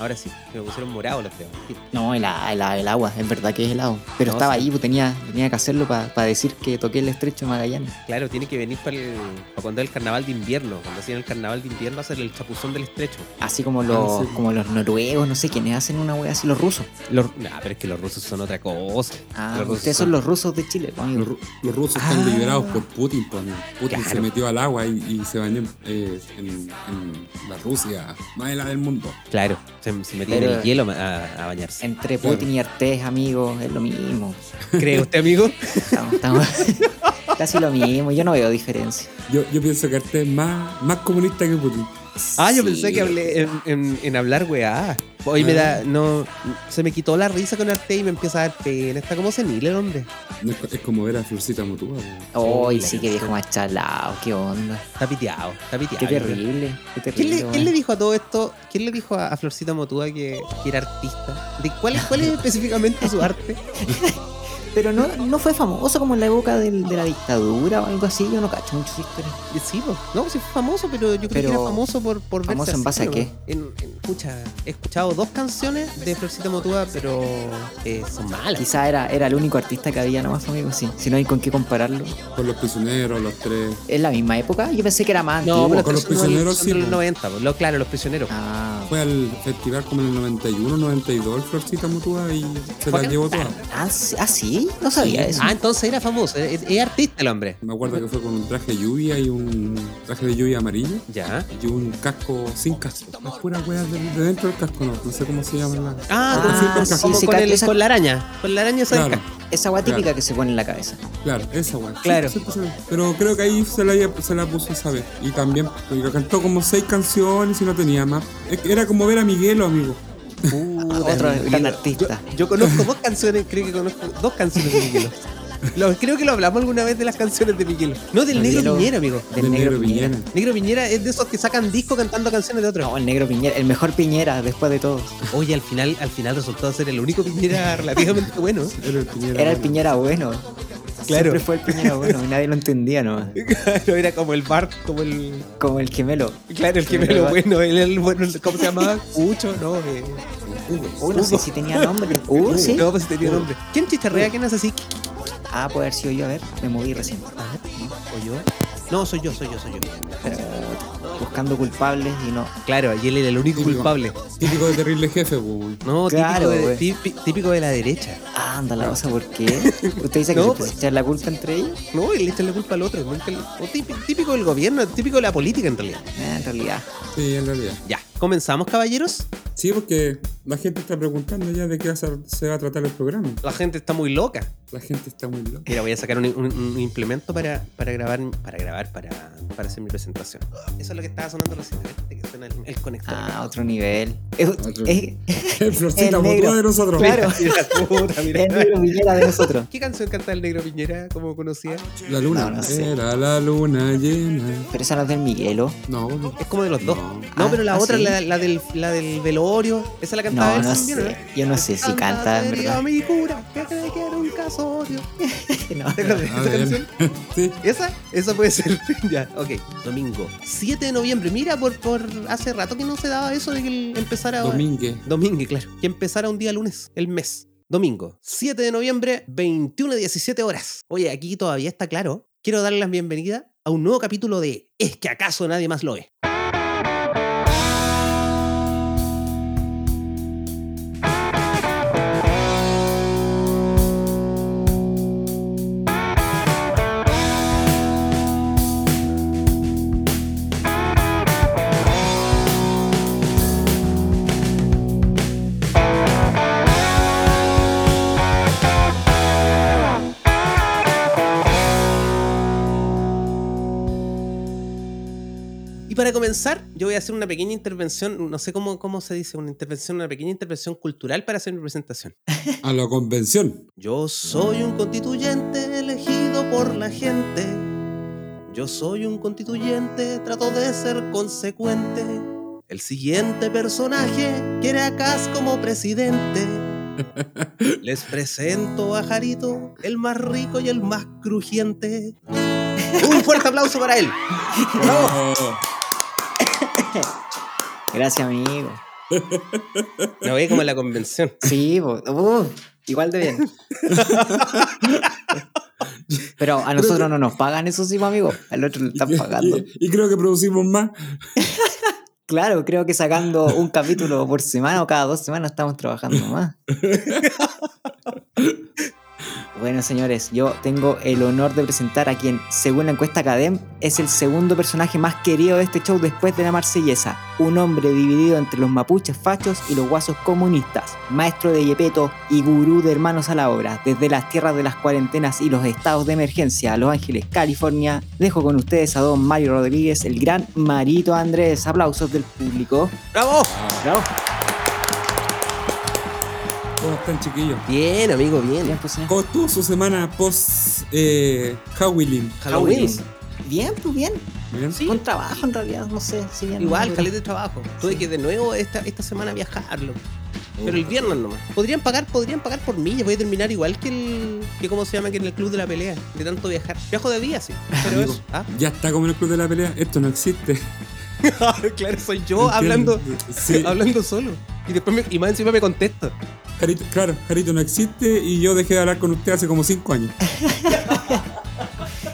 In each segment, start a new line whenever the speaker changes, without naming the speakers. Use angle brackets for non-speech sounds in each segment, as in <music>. Ahora sí, me pusieron morado los dedos.
No, el, a- el a- el agua, es verdad que es helado. Pero
No,
estaba
sí.
ahí, pues, tenía, tenía que hacerlo para decir que toqué el estrecho de Magallanes.
Claro, tiene que venir para, el, para cuando es el carnaval de invierno. Cuando hacían el carnaval de invierno, hacer el chapuzón del estrecho.
Así como los,
Ah, sí.
como los noruegos, no sé quiénes hacen una wea así, los rusos.
Los, nah, pero es que los rusos son otra cosa.
Ah,
Los rusos
ustedes son los rusos de Chile, pues, amigo.
Los, ru- los rusos
Ah.
están liberados por Putin, pues, amigo. Putin se
Claro.
metió al agua y, y se bañó en, eh, en- en la Rusia más helada del mundo.
Claro, se, se metían
Pero-
en el hielo ma- a, a bañarse.
Entre Putin y Artés, amigos, es lo mismo.
¿Cree usted,
<laughs>
amigo?
Estamos, estamos- casi lo mismo, yo no veo diferencia.
Yo, yo pienso que Arte es más, más comunista que Putin.
Ah, yo
Sí. Ah.
pensé que hablé en, en- en hablar, weá. Hoy me da. No. Se me quitó la risa con Arte y me empieza a dar pena. Está como senil el hombre.
No, es, co- es como ver a Florcita Motúa. pues.
Hoy
Sí,
sí
la
que
canción.
viejo más chalao, qué onda.
Está piteado. Está piteado.
Qué
yo creo.
terrible, qué
¿Quién
terrible.
le, quién le
weón.
dijo a todo esto? ¿Quién le dijo a, a Florcita Motúa que, que era artista? ¿De cuál, es- cuál es específicamente su
<laughs>
arte?
Pero no, no fue famoso como en la época del- de la dictadura o algo así, yo no cacho mucho su historia.
Y Sí, po. no, sí fue famoso, pero yo creo
Pero-
que era famoso por, por verse
¿famoso en
así,
base a
¿no?
qué?
En, en- escucha, he escuchado dos canciones de Florcita Motúa, pero eh, son malas.
Quizá era, era el único artista que había nomás, amigo, sí. Si no hay con qué compararlo.
Con los prisioneros, los tres.
¿Es la misma época? Yo pensé que era más
No,
antiguo.
pero
con los
son del-
prisioneros
son
sí,
de los
po.
90, po. Lo- claro, los prisioneros.
Ah,
Fue al festival como en el 91, 92, el Florcita Motúa y se
Fue
la
a
llevó
cantar.
toda.
ah, sí, ah, sí, no sabía eso.
Ah, entonces era famoso, es, es artista el hombre.
Me acuerdo que fue con un traje de lluvia y un traje de lluvia amarillo.
Ya.
Y un casco sin casco. Las puras weas de, de dentro del casco, no, no sé cómo se llaman las.
Ah,
Ah,
entonces
sí,
como
sí,
con,
ca-
el-
esa-
con la araña. Con la araña cerca.
Claro,
Esa agua típica que se pone en la cabeza.
claro, esa wea.
Claro.
Sí, sí, sí, sí. Pero creo que ahí se la, había- se la puso esa vez. Y también y lo cantó como seis canciones y no tenía más. Es que Era como ver a Miguelo, amigo.
Puta,
<laughs> Otro
amigo.
gran artista.
Yo conozco dos canciones, creo que conozco dos canciones de Miguel. Lo- creo que lo hablamos alguna vez de las canciones de Miguel. No, del
Miguelo-
negro Piñera, amigo.
Del negro Piñera.
Negro Piñera es de esos que sacan disco cantando canciones de otros.
No, el negro Piñera, el mejor Piñera después de todos.
Oye, al final, al final resultó ser el único Piñera relativamente
<laughs>
bueno.
Era el Piñera.
Era el
bueno.
Piñera bueno.
Claro.
Siempre fue el Piñera bueno y nadie lo entendía nomás.
Claro, era como el Bart, como el.
Como el gemelo.
Claro, el que me lo bueno, el, el bueno, ¿cómo se llamaba? Cucho, no, eh,
Uh, no sé si tenía nombre. Uh, sí.
No, pues tenía nombre. ¿Quién chicharrea? ¿Quién hace así?
Ah, puede haber sido yo, a ver. Me moví recién.
¿O yo? No, soy yo, soy yo, soy yo.
Pero, buscando culpables y no.
Claro, y él era el único
Típico.
culpable.
Típico de terrible jefe, pues.
No, típico,
Claro,
de,
güey.
típi- típico de la derecha.
Ah, anda la cosa, ¿por qué? ¿Usted dice que
No,
se
pues-
puede echar la culpa entre ellos?
No, y le echan la culpa al otro. nunca le- o típico, típico del gobierno, típico de la política en realidad.
Ah, en realidad.
Sí, en realidad.
Ya, comenzamos, caballeros.
Sí, porque la gente está preguntando ya de qué va a ser- se va a tratar el programa.
La gente está muy loca.
La gente está muy
<laughs>
loca.
Mira, voy a sacar un, un- un implemento para, para grabar, para grabar, para, para hacer mi presentación. Eso es lo que estaba sonando recién. ¿viste? Que suena el, el conector.
Ah, otro nivel. Es,
Otro-
es-
El Florcita
El
Motúa
negro.
de nosotros.
Claro.
<laughs> Mira, puta,
<laughs>
mira.
es negro Piñera de nosotros.
¿Qué canción canta el negro Piñera? Como conocía.
La luna.
No, no sé.
Era la luna llena.
Pero esa no es del Miguelo.
No, no.
Es como de los dos.
No.
No,
Ah,
pero la
¿ah,
otra,
sí?
la, la del, la del velorio, esa la cantaba
No,
él
no
también,
sé. Yo no sé si canta, en
sería
verdad.
mi cura, que cree que era un casorio.
<laughs> No.
¿Te acuerdas de
A
esa
ver.
canción?
Sí.
¿Esa? Esa puede ser. <laughs> ya, ok. Domingo. 7 de noviembre. Mira, por, por hace rato que no se daba eso de que el- empezara...
Domínguez.
Domingo, claro. Que empezara un día lunes, el mes. Domingo, 7 de noviembre, 21 a 17 horas. Oye, aquí todavía está claro. Quiero darles la bienvenida a un nuevo capítulo de ¿Es que acaso nadie más lo ve? Y para comenzar, yo voy a hacer una pequeña intervención, no sé cómo, cómo se dice, una intervención, una pequeña intervención cultural para hacer mi presentación.
A la convención.
Yo soy un constituyente elegido por la gente. Yo soy un constituyente, trato de ser consecuente. El siguiente personaje quiere a Cas como presidente. Les presento a Jarito, el más rico y el más crujiente. Un fuerte aplauso para él.
¡Bravo!
Gracias, amigo.
Me voy como en la convención.
Sí, po. Uh, igual de bien. Pero a nosotros no nos pagan eso, sí, po, amigo. Al otro le
<laughs>
están pagando.
Y, y creo que producimos más.
Claro, creo que sacando un capítulo por semana o cada dos semanas estamos trabajando más. Bueno, señores, yo tengo el honor de presentar a quien, según la encuesta Cadem, es el segundo personaje más querido de este show después de la Marsellesa. Un hombre dividido entre los mapuches fachos y los guasos comunistas, maestro de Yepeto y gurú de hermanos a la obra. Desde las tierras de las cuarentenas y los estados de emergencia, Los Ángeles, California, dejo con ustedes a don Mario Rodríguez, el gran Marito Andrés. Aplausos del público.
¡Bravo!
Bravo.
¿Cómo están, chiquillos?
Bien, amigo, bien.
Bien, pues, señor.
¿Cómo estuvo su semana post eh, Howling?
Halloween.
Bien, pues bien.
¿Bien?
Sí.
Con trabajo en realidad, no sé. si bien,
Igual,
pero-
caleta de trabajo. Tuve que de nuevo esta, esta semana viajarlo. Pero el viernes nomás. Podrían pagar, podrían pagar por mí. Voy a terminar igual que el. Que ¿Cómo se llama? Que en el club de la pelea. De tanto viajar. Viajo de día, sí. Pero
Amigo.
eso. Ah,
Ya está como en el club de la pelea. Esto no existe.
<laughs> claro, soy yo
¿Entiendes?
hablando, <laughs>
Sí.
hablando solo. Y después me- y más encima me contesta.
Jarito- claro, Jarito no existe y yo dejé de hablar con usted hace como cinco años.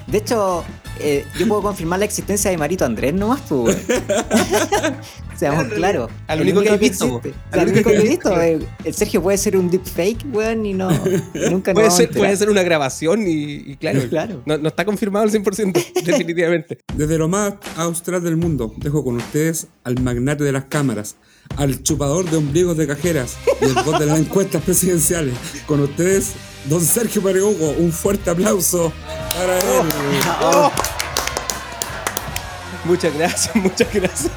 De hecho, eh, yo puedo confirmar la existencia de Marito Andrés nomás, pues,
<laughs>
weón. Seamos claros.
Al
El
único que he visto,
existe.
po.
O sea, Al único que he visto. eh, El Sergio puede ser un deepfake,
<laughs>
weón, y no. Nunca nos
Puede
vamos a
ser, puede
enterar.
ser una grabación y, y claro.
Claro.
No, no está confirmado al <laughs> 100%, definitivamente.
Desde lo más austral del mundo, dejo con ustedes al magnate de las cámaras, al chupador de ombligos de cajeras y el bot de las encuestas presidenciales. Con ustedes, don Sergio Paregogo. Un fuerte aplauso para él.
Oh. Muchas gracias, muchas gracias.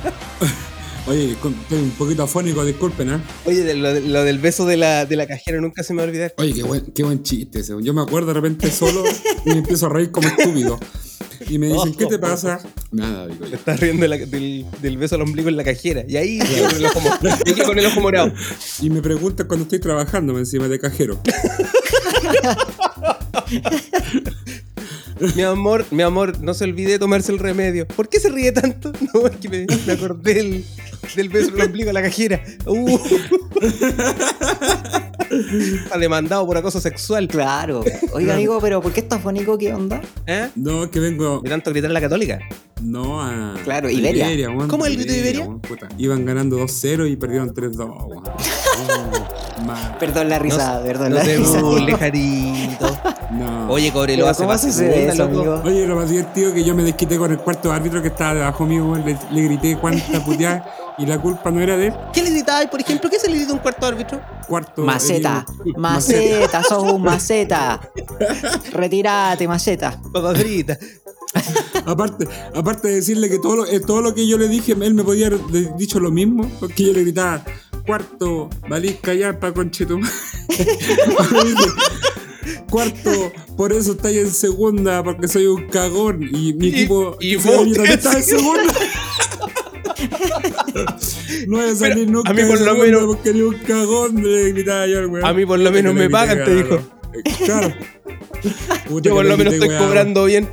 Oye, con- estoy un poquito afónico, disculpen, ¿ah?
Oye, de lo, lo del beso de la, de la cajera nunca se me va a olvidar.
Oye, qué buen, qué buen chiste ese. Yo me acuerdo de repente solo y me empiezo a reír como estúpido. Y me dicen, ¿qué te pasa? Nada, digo yo.
Te estás riendo de la- del, del beso al ombligo en la cajera. Y ahí quedé con el ojo,
<laughs>
mo- yo quedé con el ojo morado.
Y me preguntan cuando estoy trabajando me encima de cajero.
Mi amor, mi amor, no se olvide de tomarse el remedio. ¿Por qué se ríe tanto? <laughs> No, es que me, me acordé del, del beso al ombligo en la cajera. Uh. <laughs> Está demandado por acoso sexual.
Claro. Oiga, amigo, pero ¿por qué estás bonito? ¿Qué onda?
¿Eh?
No, que vengo.
De tanto gritar a la católica.
No, a.
Claro,
a
Iberia.
weón,
¿Cómo el grito de Iberia?
weón, puta. Iban ganando 2-0 y perdieron
<laughs>
3-2, weón. Oh, mal.
Perdón la risa, perdón
No
la
te
risa.
burles, Jarito.
No.
Oye,
Pero
Cobreloa se
¿Cómo
pasa
se
segunda,
hace eso,
loco.
amigo?
Oye, lo más divertido que yo me desquité con el cuarto árbitro que estaba debajo mío, weón. Le, le grité cuánta puteada y la culpa no era de él.
¿Qué le gritabais, por ejemplo? ¿Qué se le grita a un cuarto árbitro?
Cuarto.
Maceta,
eh,
maceta, sos
<laughs>
un maceta. Retírate, maceta.
Todos gritan.
Aparte, aparte de decirle que todo lo, eh, todo lo que yo le dije, él me podía haber de- dicho lo mismo, porque yo le gritaba, cuarto, valisca ya pa' <laughs> conchetum. cuarto, por eso estáis en segunda, porque soy un cagón. Y mi
Y-
equipo
y
que se
vos,
oye también
¿qué
está en
haces? <laughs>
segunda. no voy a salir
Pero,
nunca
a mí
de
por lo
segunda
menos-
porque ni un cagón le gritaba yo al weón.
A mí por lo menos
Que
me
le grité
pagan, te dijo.
cagado. Eh,
<laughs>
Claro. Puta
Yo
que
por
le
lo menos
grité,
estoy
weón.
cobrando bien.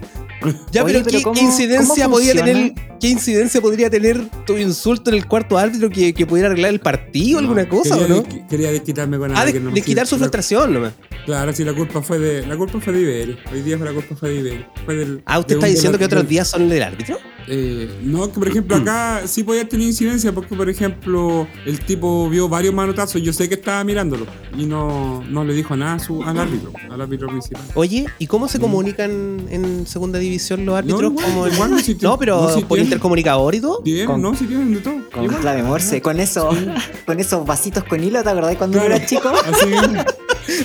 Ya,
Oye,
pero,
pero
¿qué,
¿cómo-
qué incidencia
cómo
podría tener?
funciona?
¿Qué incidencia podría tener tu insulto en el cuarto árbitro que, que pudiera arreglar el partido alguna cosa
quería
o no?
desqui- quería desquitarme con
Ah, de,
alguien, no me
de quitar
quiero-
su
la-
frustración nomás.
Claro, sí, la culpa fue de. La culpa fue de Iberia. Hoy día fue la culpa fue de Iberia. Fue del-
Ah,
de
¿usted
un-
está
de
diciendo
la-
que otros
del-
días son el del árbitro?
eh, no, que por ejemplo acá sí podía tener incidencia porque por ejemplo el tipo vio varios manotazos y yo sé que estaba mirándolo y no, no le dijo nada a su- al árbitro, al árbitro principal.
Oye, ¿y cómo se comunican en segunda división los árbitros?
igual,
como
igual Mm. no si
no,
tienen-
pero
no si
por
tienen.
intercomunicador y todo.
Bien,
Con-
no, si tienen de todo.
Con
Igual.
clave morse, con esos, <laughs> con esos vasitos con hilo, ¿te acordás cuando uno
Claro.
era chico?
<laughs> Así mismo.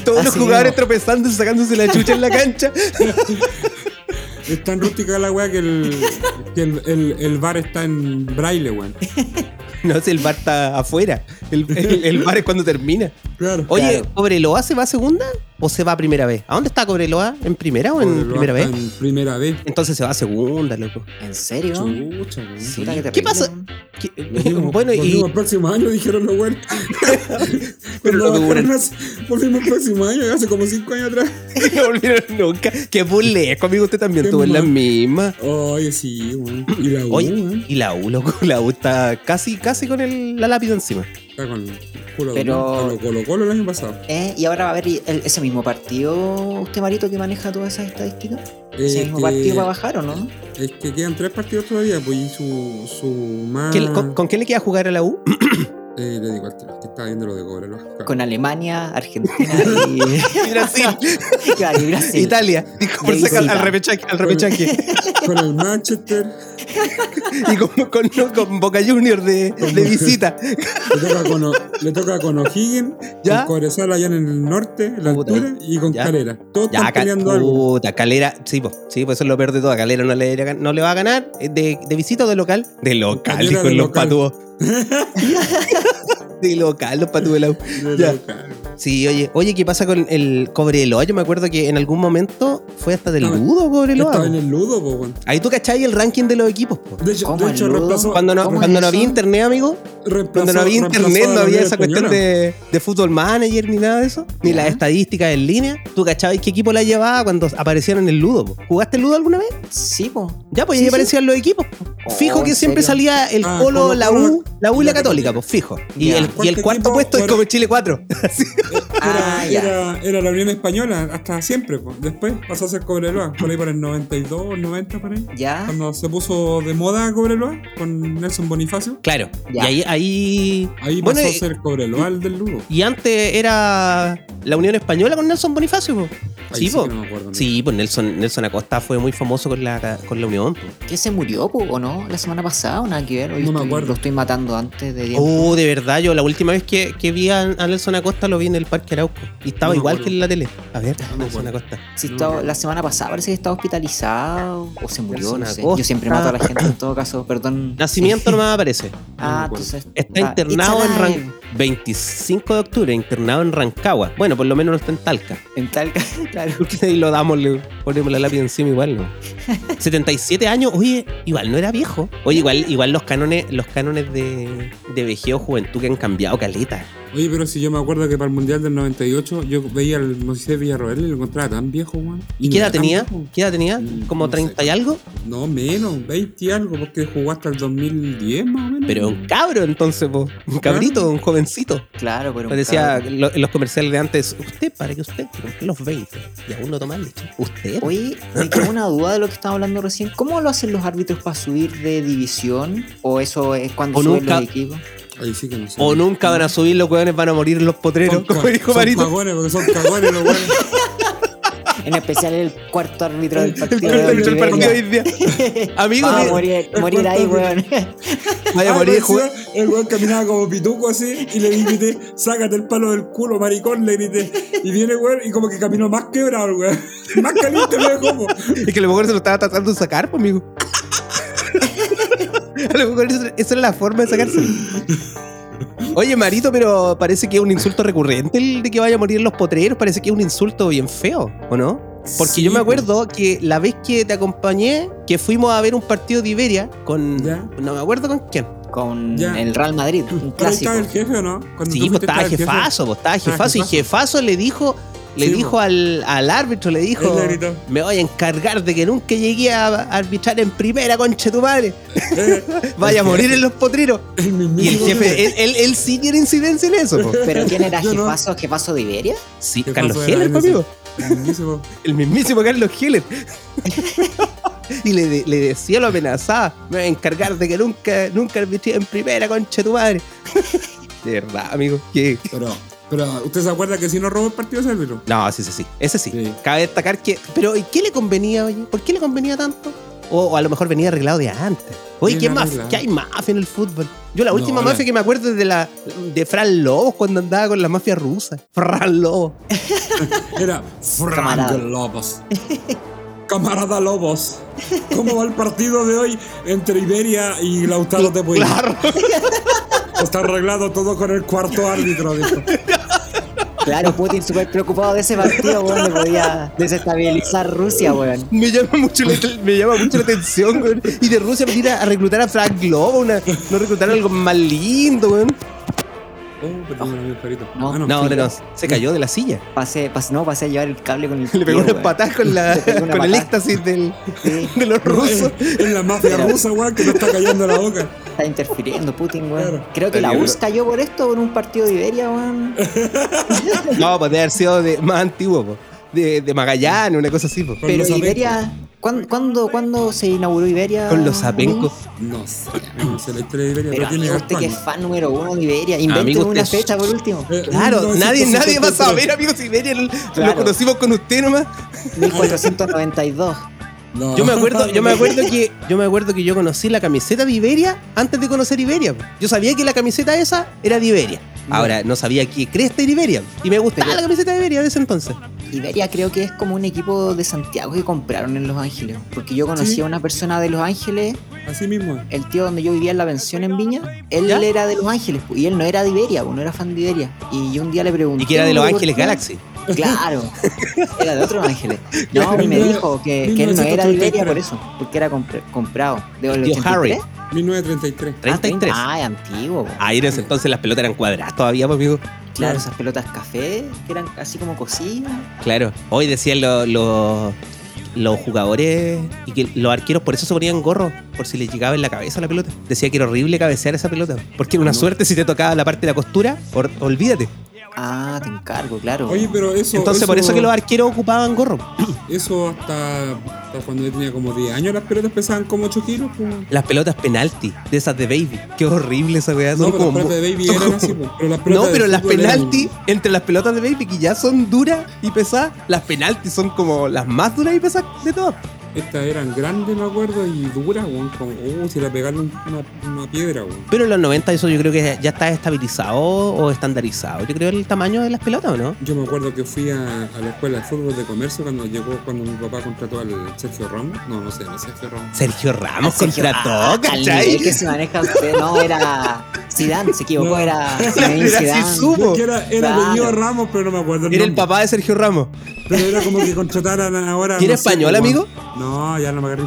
Todos
Ah,
los
Así
jugadores
mismo.
tropezando, sacándose
<laughs>
la chucha en la cancha.
Es tan rústica la weá que el, que el, el, el bar está en braille, weón.
No, si el bar está afuera. El, el- el bar es cuando termina.
Claro.
Oye,
Claro.
¿Cobreloa se va a segunda o se va a primera vez? ¿A dónde está Cobreloa? ¿En primera o en
Cobreloa
primera vez?
está En primera vez.
Entonces se va a segunda, loco.
¿En serio?
Chucha,
Puta, qué
weón.
¿Qué
terrible.
pasa?
¿Qué- <laughs>
<laughs>
Lo mismo,
bueno,
volvimos
y
el próximo año, <laughs> dijeron los
<laughs>
güeyes.
Pero
Cuando
lo que
bajaron hace- Volvimos el próximo año, hace como cinco años atrás.
no volvieron nunca. Qué burlesco, amigo. Usted también
Qué
tuvo en la
mal.
misma.
Oye, sí, weón. Y la U,
Oye,
weón,
y la U, loco, <laughs> la U está casi, casi con el- la lápida encima.
Está con culo
Pero-
Colo Colo Colo el año pasado.
¿Eh? Y ahora va a haber el- ese mismo partido, usted Marito, que maneja todas esas estadísticas.
Este,
¿Ese mismo partido va a bajar o no?
es que quedan tres partidos todavía, pues y su, su más.
¿Quién- con, con quién le queda jugar a la U? <laughs>
Eh, le digo al tiro, que estaba viendo lo de Cobra. Lo...
Con Alemania, Argentina y, <laughs>
<laughs>
Brasil,
claro, y Brasil.
Italia. Dijo, por
Y
si acaso,
visita.
al repechaje, al
<laughs>
repechaje.
con el Manchester,
Y con, con, con Boca Junior de, de visita.
le toca con, O- le toca con O'Higgins,
¿Ya?
con Cobresal allá en el norte, en la
Puta,
altura, y con
ya.
Calera. Todos
Ya,
están
Cal-
peleando algo.
puta, Calera, sí, pues, sí, pues eso es lo peor de todo. A Calera no le, no le va a ganar. Eh, ¿De, de visita o de local? De local,
Calera
dijo
de
los
local. <laughs>
patúos. de local, los patúos de la U.
Le
uh, ya.
toca.
Sí, oye, oye, ¿qué pasa con el Cobreloa? Yo me acuerdo que en algún momento fue hasta del
Estaba-
Ludo
Estaba en
Cobreloa.
el Ludo, po, weón.
Ahí tú cachai el ranking de los equipos, po.
De hecho,
¿Cómo
de
el
hecho
Ludo?
reemplazó.
Cuando no,
¿Cómo
cuando
es
no había
eso?
internet, amigo,
reemplazó-
cuando no había
reemplazó
internet,
a
no
la
había
Liga
esa cuestión
Española.
de, de fútbol manager ni nada de eso, ni
Ya.
las estadísticas en línea. ¿Tú cachabas qué equipo la llevaba cuando aparecieron en el Ludo? po? ¿Jugaste el Ludo alguna vez?
Sí, po.
Ya, pues
Sí,
ahí
sí.
aparecían los equipos.
Oh,
Fijo que
¿en
siempre
serio?
salía el
Ah,
Colo,
Colo,
la
Colo,
U, la U y la Católica, pues fijo. Y
Ya.
el, y el cuarto
¿Cuánto equipo
puesto es
fuera?
como Chile
<laughs>
4.
Ah,
Era,
ya.
era, era la Unión Española hasta siempre. po. Después pasó a ser Cobreloa, por ahí por el 92, 90, por ahí.
Ya.
Cuando se puso de moda Cobreloa con Nelson Bonifacio,
Claro.
Ya.
Y ahí, ahí.
ahí
Bueno,
pasó
y-
a ser Cobreloa el del Lugo.
Y antes era la Unión Española con Nelson Bonifacio, po.
Ahí
Sí,
sí, que
po.
no me acuerdo.
Sí, pues Nelson, Nelson Acosta fue muy famoso con la, con la Unión. po.
¿Qué se murió, po, o no? La semana pasada, o nada que ver. Hoy
No me
estoy-
acuerdo.
Lo estoy matando antes de tiempo.
Oh, de verdad, yo la última vez que, que vi a, a Nelson Acosta lo vi en el Parque Arauco. Y estaba
No me
igual
acuerdo.
que en la tele. A ver,
No me
Nelson
acuerdo.
Acosta.
Si
no,
estaba-
no.
la semana pasada parece que estaba hospitalizado o se murió,
Nelson
no sé.
Acosta.
Yo siempre mato a la gente en todo caso, perdón.
Nacimiento nomás aparece.
Ah,
No me acuerdo.
entonces.
Está
ah,
internado
it's
en
alive.
Ran- 25 de octubre, internado en Rancagua. Bueno, por lo menos no está en Talca.
En tal <laughs> claro.
Porque ahí lo damos, le ponemos la lápiz encima igual, ¿no? 77 años, oye, igual no era viejo. Oye, igual, igual los cánones, los cánones de, de vejeo juventud que han cambiado caleta.
Oye, pero si yo me acuerdo que para el Mundial del 98 yo veía al Moisés Villarroel y lo encontraba tan viejo, weón.
¿Y
no
qué
era
edad
tan
tenía?
viejo.
¿Qué edad tenía?
Mm,
¿Como
no
30
sé.
y algo?
No, menos, 20 y algo, porque jugó hasta el 2010 más o menos.
Pero un cabro entonces, po. un cabrito, un jovencito.
Claro, pero. un
Parecía
cabrón.
lo- en los comerciales de antes, usted para que usted cumple los 20 y aún no toma leche. Usted.
Oye, me quedó una duda de lo que estábamos hablando recién. ¿Cómo lo hacen los árbitros para subir de división? ¿O eso es cuando
O
suben
nunca-
los equipos?
Ahí sí que no sé.
O nunca van a subir los hueones, van a morir en los potreros,
Son
como
ca-
dijo Marito.
Son cagones, porque son cagones los weones.
En especial el cuarto árbitro del
<laughs> El
partido.
cuarto
de
árbitro del
Oliveira.
partido hoy día. Amigo,
Vamos a
mire,
morir,
el
morir ahí,
cuarto
weón.
<laughs>
<laughs>
vaya a
Ah,
morir.
parecía-
ju-
El weón caminaba como pituco así y le grité, sácate el palo del culo, maricón, le grité. Y viene el weón y como que caminó más quebrado el weón. <laughs> Más caliente me dejó. po.
Es que a lo mejor se lo estaba tratando de sacar, pues, amigo. <laughs> A lo mejor eso- esa era la forma de sacarse. Oye, Marito, pero parece que es un insulto recurrente el de que vaya a morir en los potreros. Parece que es un insulto bien feo, ¿o no? Porque
Sí,
yo me
po.
acuerdo que la vez que te acompañé, que fuimos a ver un partido de Iberia con...
Ya.
No me acuerdo con quién.
Con
Ya.
el Real Madrid, un
Pero ahí
clásico.
estaba el jefe, ¿o ¿no? Cuando
Sí,
tú
pues
fuiste,
estaba
el jefe.
jefazo, pues estaba jefazo. Y
jefazo.
jefazo le dijo, le
Sí,
dijo
pues.
al, al árbitro, le dijo,
Él le gritó.
me voy a encargar de que nunca llegué a arbitrar en primera, conche tu madre.
Eh, <laughs>
Vaya a morir en los potreros.
el mismísimo
Y el jefe, él, él, él sí tiene incidencia en eso.
<laughs>
po.
¿Pero quién
<laughs>
era
Yo no.
jefazo? ¿Jefazo de Iberia?
Sí,
Jefazo
Carlos
de la
Heller,
NC.
conmigo.
El mismísimo.
El mismísimo Carlos Heller. <laughs> y le, de- le decía, lo amenazaba, me voy a encargar de que nunca, nunca arbitré en primera, conche tu madre. <laughs> de verdad, amigo. que-
Pero, pero, ¿usted se acuerda que si no robó el partido ese árbitro?
No, sí, sí, sí. Ese sí.
Sí.
Cabe destacar que. Pero, ¿y qué le convenía, oye? ¿Por qué le convenía tanto? O, o a lo mejor venía arreglado de antes. Oye,
Bien
¿qué más?
arreglado.
¿Qué hay mafia en el fútbol? Yo la
No,
última
la-
mafia que me acuerdo es de la de Fran Lobos cuando andaba con la mafia rusa. Fran Lobos.
Era Frank
Camarada.
Lobos. Camarada Lobos, ¿cómo va el partido de hoy entre Iberia
<laughs>
y Lautaro de Puig?
Claro. <laughs>
Está arreglado todo con el cuarto árbitro, dijo.
Claro, Putin súper preocupado de ese partido, weón, que podía desestabilizar Rusia, weón.
Me llama mucho <laughs> la, me llama mucho la atención, weón. Y de Rusia venir a, a reclutar a Frank Globo, una- no reclutar algo más lindo, weón.
Oh, perdón, mi perrito.
No.
Ah,
No, no, no, se cayó de la silla.
Pasé, pasé, no, pasé a llevar el cable con el
<laughs> Le pegó una
pie, weón.
patada con, <laughs> la,
Le pegó una
con el
patada.
éxtasis del,
Sí,
<laughs> de los rusos.
Es, es la mafia rusa, weón, que me está cayendo la boca.
está interfiriendo Putin, weón.
Claro.
Creo que la URSS cayó por esto, por un partido de Iberia, weón.
No, pues debe haber sido de- más antiguo, po. De, de Magallanes, una cosa así, po.
Con
Pero
los
Iberia, ¿cuándo, cuándo, cuándo se inauguró Iberia?
Con los apencos.
No sé, no sé la historia de Iberia,
Pero
pero, tiene
amigo, usted que es fan número uno de Iberia, invente
Amigo, usted
una
es-
fecha por último.
Eh,
Claro, nadie,
1953.
nadie va a saber, amigos, si Iberia lo-
Claro.
lo conocimos con usted nomás.
1492.
No.
Yo me acuerdo, yo me <laughs> acuerdo que yo me acuerdo que yo conocí la camiseta de Iberia antes de conocer Iberia. po. Yo sabía que la camiseta esa era de Iberia. Ahora no sabía que cresta era Iberia y me gustaba
Pero-
la camiseta de Iberia de ese entonces.
Iberia creo que es como un equipo de Santiago que compraron en Los Ángeles. Porque yo conocí
Sí.
a una persona de Los Ángeles,
Así mismo.
el tío donde yo vivía en la pensión en Viña. Él
¿Ya?
era de Los Ángeles pu, y él no era de Iberia, pu, no era fan de Iberia. Y yo un día le pregunté.
Y que era de Los
¿por
Ángeles
qué?
Galaxy.
<laughs> Claro, era de
<laughs>
otros Ángeles. No,
Claro,
y me
mil-
dijo que, que él no era de
1933.
Iberia por eso, porque era compre- comprado. De
El
los
tío
83.
Harry.
Ah,
1933.
33.
Ah, es antiguo. pu.
Ahí en ese entonces las pelotas eran cuadradas todavía, pues, amigo.
Claro, esas pelotas café que eran así como cocidas.
Claro. Hoy decían los los- los jugadores y que los arqueros por eso se ponían gorro, por si les llegaba en la cabeza la pelota. Decía que era horrible cabecear esa pelota, porque era una suerte si te tocaba la parte de la costura, or- olvídate.
Ah, te encargo, claro.
Oye, pero eso.
Entonces por eso que los arqueros ocupaban gorro.
Eso hasta, hasta cuando yo tenía como 10 años, las pelotas pesaban como 8 kilos. Pues.
Las pelotas penalti, de esas de Baby. Qué horrible esa weá.
No,
son
pero las
como-
pelotas de baby
son
eran
como-
así. Pues. Pero las
<laughs>
pelotas
No,
de
pero las
fútbol eran-
penalti, entre las pelotas de Baby, que ya son duras y pesadas, las penalti son como las más duras y pesadas de todas.
Estas eran grandes, me acuerdo, y duras, weón. Como, oh, si la pegaron una, una piedra, weón.
Pero en los 90 eso yo creo que ya está estabilizado o estandarizado. Yo creo el tamaño de las pelotas, ¿o no?
Yo me acuerdo que fui a, a la escuela de fútbol de comercio cuando llegó, cuando mi papá contrató al Sergio Ramos. No, no sé, no Sergio Ramos.
Sergio Ramos
Sergio,
contra
ah,
todo,
al nivel que
¿cachai?
se maneja usted, no, era Zidane, se equivocó,
No.
era
<laughs>
Zinedine
Era
Zidane.
Zizou.
Yo que era, era
Claro.
apellido Ramos, pero no me acuerdo.
Era el
nombre.
papá de Sergio Ramos.
Pero era como que contrataran ahora.
¿Y era
sé,
español,
como-
amigo?
No, ya no me agarré.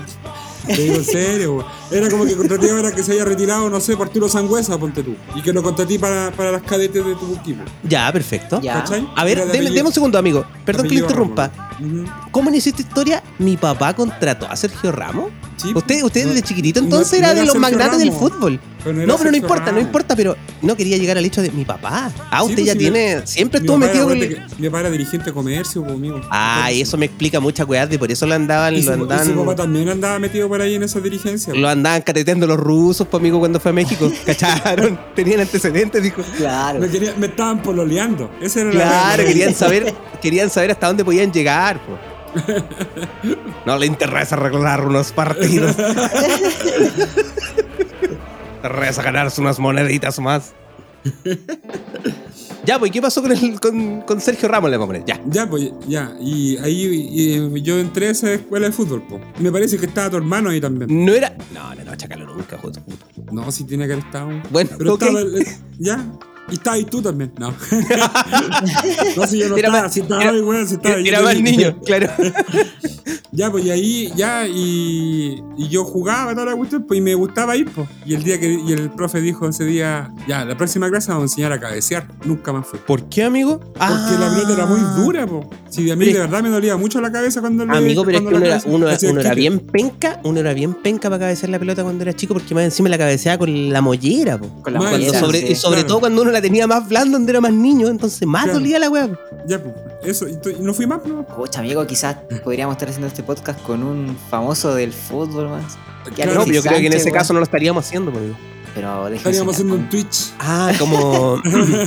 Te digo en serio, weón. Era como que contraté ahora que se haya retirado, no sé, por Arturo Sangüesa, ponte tú. Y que lo contraté para, para las cadetes de tu equipo.
Ya, perfecto.
Ya.
¿Cachai?
A ver,
Era de
deme,
apellido-
deme un segundo, amigo. Perdón que le
apellido
interrumpa.
Ramos, weón. Ujú.
¿Cómo inició esta historia? ¿Mi papá contrató a Sergio Ramos?
Sí, pues,
¿Usted, usted
no-
desde chiquitito
no-
entonces
no
era de los
Sergio
magnates del
Ramos.
fútbol?
era
No, pero no
Sergio
importa, no
Ramos.
importa, pero no quería llegar al hecho de mi papá. Ah,
Sí,
usted
pues,
ya
si
tiene. siempre
Mi
estuvo
papá
metido
era,
con el-
acuérdate que Mi papá era dirigente de comercio, pues, amigo.
Ah, y eso me explica muchas weas de por eso lo andaban,
Y
lo
su, y su papá
andaban.
también andaba metido por ahí en esa dirigencia.
Lo andaban cateteando los rusos, pues amigo, cuando fue a
<laughs>
México. Cacharon, tenían antecedentes, dijo.
Claro.
Me, quería- me estaban pololeando. Esa era la
Claro,
verdad.
querían saber, querían saber hasta dónde podían llegar, po. No le interesa arreglar unos partidos. Le interesa ganarse unas moneditas más. Ya, pues, ¿qué pasó con, el- con, con Sergio Ramos? Le vamos a poner, ya.
Ya, pues, ya. Y ahí y eh, yo entré a esa escuela de fútbol, pues. Me parece que estaba tu hermano ahí también.
No era. No, no, no, chacalo nunca, puto.
No, sí tiene que haber estado.
Mm. Bueno,
Pero
ok.
estaba el- el- ya. Y estaba ahí tú también.
<laughs>
No. no, si yo no
Era
estaba.
más-
si estaba
era-
ahí, weón, si estaba
Era,
ahí.
era
Yo
más
vi-
niño, claro.
<laughs> Ya, pues, y ahí, ya, y, y yo jugaba toda la cuestión, pues, y me gustaba ir, pues. Y el día que y el profe dijo ese día, ya, la próxima clase vamos a enseñar a cabecear. Nunca más fue.
¿Por qué, amigo?
Porque la pelota era muy dura, po. Si a mí
Pero
de verdad me dolía mucho la cabeza cuando le-
Amigo, pero es
cuando
que uno
la
era,
cabeza-
uno, era-
hacía el
uno era
kick.
bien penca, uno era bien penca para cabecear la pelota cuando era chico, porque más encima la cabeceaba con la mollera, po.
Con la
Mal,
Cuando
mollera,
sobre,
sí.
y sobre
Claro.
todo cuando uno la tenía más blanda, donde era más niño, entonces más
Claro.
dolía la weá.
Ya, po. Eso, y, tu- y no fui más, no.
Pucha, amigo, quizás
Mm.
podríamos estar haciendo este podcast con un famoso del fútbol, más. Que
Claro,
Alexis
No, pero yo creo que en
Sánchez,
ese
weón.
caso no lo estaríamos haciendo, po, amigo.
Pero déjese
Estaríamos haciendo
soñar.
un Twitch.
Ah, como.
<laughs>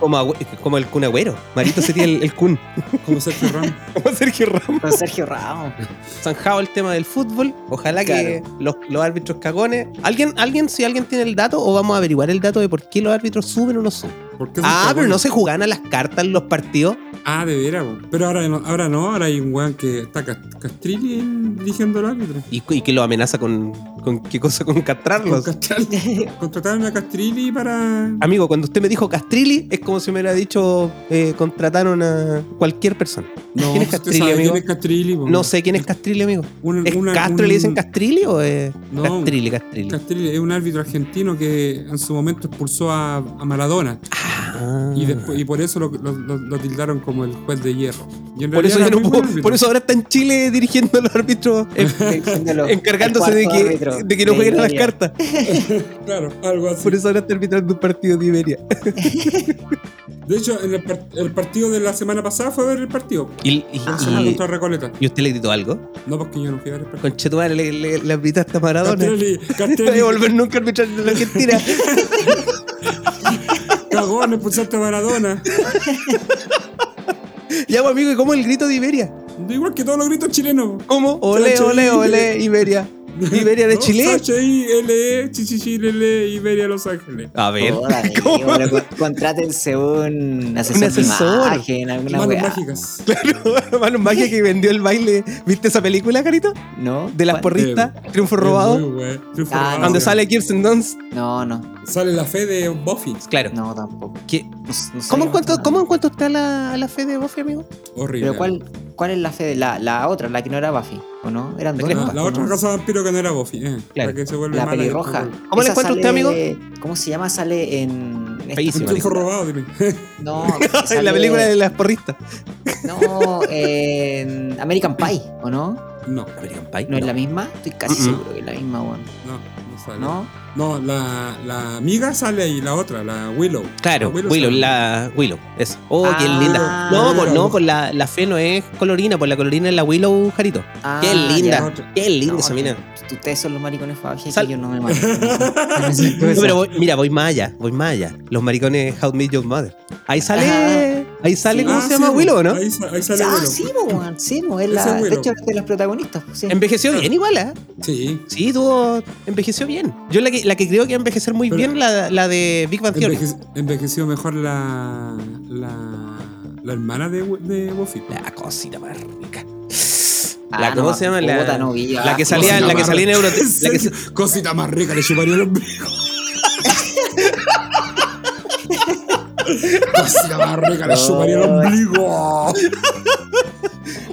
como, agü- como el Kun Agüero. Marito sería el, el Kun.
<laughs> Como Sergio Ramos.
Como Sergio Ramos.
Con
<laughs>
Sergio Ramos.
Zanjado el tema del fútbol. Ojalá que los, los árbitros cagones. ¿Alguien, alguien, si alguien tiene el dato, o vamos a averiguar el dato de por qué los árbitros suben o no suben.
¿Por qué
Ah,
Sergio
pero no
Ramos?
se jugaban a las cartas en los partidos.
Ah, de veras, po. pero ahora no, ahora no, ahora hay un weón que está cas- Castrilli dirigiendo el árbitro.
¿Y, cu- y que lo amenaza con, con qué cosa? Con castrarlos.
Castrilli. Contrataron a Castrilli para.
Amigo, cuando usted me dijo Castrilli, es como si me hubiera dicho eh, contrataron a cualquier persona.
No,
¿Quién es
usted
Castrilli,
sabe
amigo?
quién es Castrilli, po.
No sé quién es Castrilli, amigo.
Un-
¿Es
una-
Castro
un-
le dicen Castrilli o es
No.
Castrilli, Castrilli?
Castrilli es un árbitro argentino que en su momento expulsó a, a Maradona
Ah.
y, después- y por eso lo, lo- lo- lo tildaron como el juez de hierro. Y en
Por
realidad
eso,
era
ya no
muy
puedo-
buen árbitro.
por eso ahora está en Chile dirigiendo a los
<laughs>
árbitros, eh, encargándose de que, de que no jueguen a las cartas.
Claro, algo así.
Por eso ahora está arbitrando un partido de Iberia.
De hecho, en el, par- el partido de la semana pasada fue a ver el partido.
¿Y, y-
Barcelona
Ah, y-
contra Recoleta.
y usted le gritó algo?
No, porque yo no fui a ver el partido.
Conchetumare, le, le, le gritaste a Maradona. <laughs> No voy
Castrilli, Castrilli,
a volver nunca a arbitrar en la
<laughs>
Argentina.
cagón, expulsaste a Maradona.
Llamo pues, amigo, ¿y cómo es el grito de Iberia?
Igual que todos los gritos chilenos.
¿Cómo? Ole,
Chancho,
ole,
Iberia.
ole, Iberia. ¿Iberia de
No,
Chile?
H-I-L-E, Chichichilele, Iberia Los Ángeles.
A <laughs> ver. ¿Cómo?
Contrátense un asesor, de
asesor.
imagen, alguna
Manos
weá.
mágicas.
Claro, Manu Magia que vendió el baile. ¿Viste esa película, Carito?
¿No?
De las
¿Cuál?
porristas, Triunfo
Eh, Muy
Robado.
bueno. Triunfo
Ah,
robado.
Donde sale Kirsten Dunst.
No, no,
Sale la fe de Buffy.
Claro.
no tampoco.
¿Qué-
No s- no sé
¿Cómo,
de
encuentro,
cuánto-
¿Cómo encuentro usted a la, a la fe de Buffy, amigo?
Horrible.
¿Pero cuál, cuál es la fe de la, la otra, la que no era Buffy? ¿O no? Eran
La
dos.
que-
¿no?
Ah, la otra
¿No?
casa vampiro que no era Buffy, eh.
Claro.
La que se vuelve
La
mala.
pelirroja.
¿Cómo la
Esa
encuentra usted,
sale- ¿Cómo se llama? Sale en. esta
Feísima.
película.
Un triunfo robado, dime. <laughs>
No,
En
sale-
la película de las porristas.
No, en American Pie, ¿o no? ¿No,
No,
American Pie.
es la misma? Estoy casi
Mm-mm.
seguro que es la misma, weón.
no, no sale. No,
¿No?
la, la amiga sale ahí, la otra, la Willow.
Claro,
La
Willow,
sale.
la Willow, eso. Oh, qué
Ah.
linda. No, pues no, pues la, la fe no es colorina, pues la colorina es la Willow, Jarito.
Ah,
Qué
ya.
linda,
ya.
qué linda
No,
esa mina.
tú- tú- Ustedes son los maricones Fabián,
Sal-
que yo no me mato. No sé,
No, Ah,
tú
<laughs>
<laughs> pero
sabes.
voy- mira, voy más allá, voy más allá. Los maricones How to Meet Your Mother. Ahí sale, ahí sale,
Sí.
¿cómo
Ah,
se
sí,
llama
po.
Willow, no?
Ahí, sa- ahí sale
Ah,
Willow.
sí, po, weón. Sí, po, es
Ese
la.
es
De
Willow.
hecho, es de las protagonistas. pues, sí.
Envejeció bien igual, ¿ah?
Sí.
Sí, tuvo, envejeció bien. Yo la que, la que creo que va a envejecer muy
Pero-
bien, la, la de Big Bang Theory.
Enveje- envejeció mejor la, la, la hermana de, Wi- de Buffy.
La cosita más rica.
Ah,
la, ¿Cómo
no,
se llama? La,
puta, no vi,
la
ah,
que salía,
cosita
la que
más
salía en Euro. La que,
<laughs> Serio, Cosita más rica, le chuparía el ombligo. Cosita más rica, le chuparía el ombligo.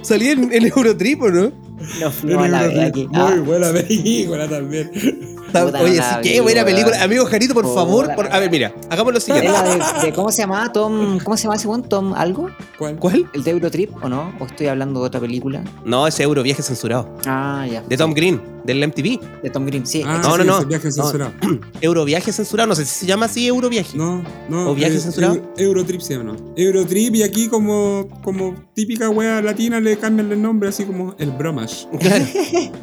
Salía en, en Eurotrip, ¿o no?
Nos fuimos a la verga aquí.
Muy
Ah,
buena película también.
Ta-
Puta,
Oye,
no
sí,
la
qué
vi,
buena
weón.
película. Amigo Jarito, por
Puta
favor.
la
por- a ver, mira, hagamos lo
¿Es
siguiente.
la de, de- cómo se llamaba Tom? ¿Cómo se llama ese weón? ¿Tom algo?
¿Cuál?
¿Cuál?
¿El de Eurotrip o no? ¿O estoy hablando de otra película?
No, ese Euroviaje censurado.
Ah, ya.
De Tom Green, del MTV.
De Tom Green, sí.
Ah,
no,
sí,
no, eh, no.
ese Viaje censurado.
Euroviaje censurado, no sé si se llama así Euroviaje.
No, no.
¿O viaje
eh,
censurado?
Eu- Eurotrip se llama, ¿no? Eurotrip y aquí como, como típica wea latina le cambian el nombre así como el bromash.
Claro.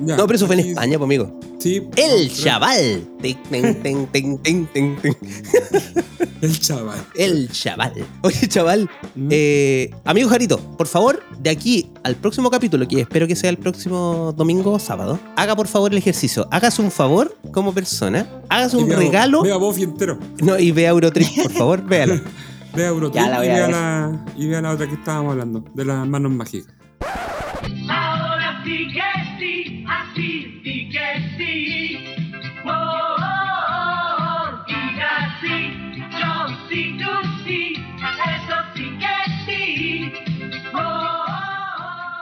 Ya,
No, pero eso fue en
<laughs> aquí-
España, pues, amigo.
Sí.
El
chaval.
chaval. Ten, ten, ten, ten, ten, ten, ten.
El chaval.
El chaval. Oye, chaval.
Mm.
Eh, amigo Jarito, por favor, de aquí al próximo capítulo, que espero que sea el próximo domingo o sábado, haga por favor el ejercicio. Hágase un favor como persona. Hágase
Y
un
vea-
regalo.
Vea Buffy entero.
No, y vea Eurotrip, por favor, véala.
Vea Eurotrip
Ya la voy
y,
a
vea
ver.
la, y vea la otra que estábamos hablando, de las manos mágicas.
Ahora sí que sí, así sí que sí. Oh, oh, oh, oh, diga sí, yo sí, tú sí, eso sí que sí. Oh, oh,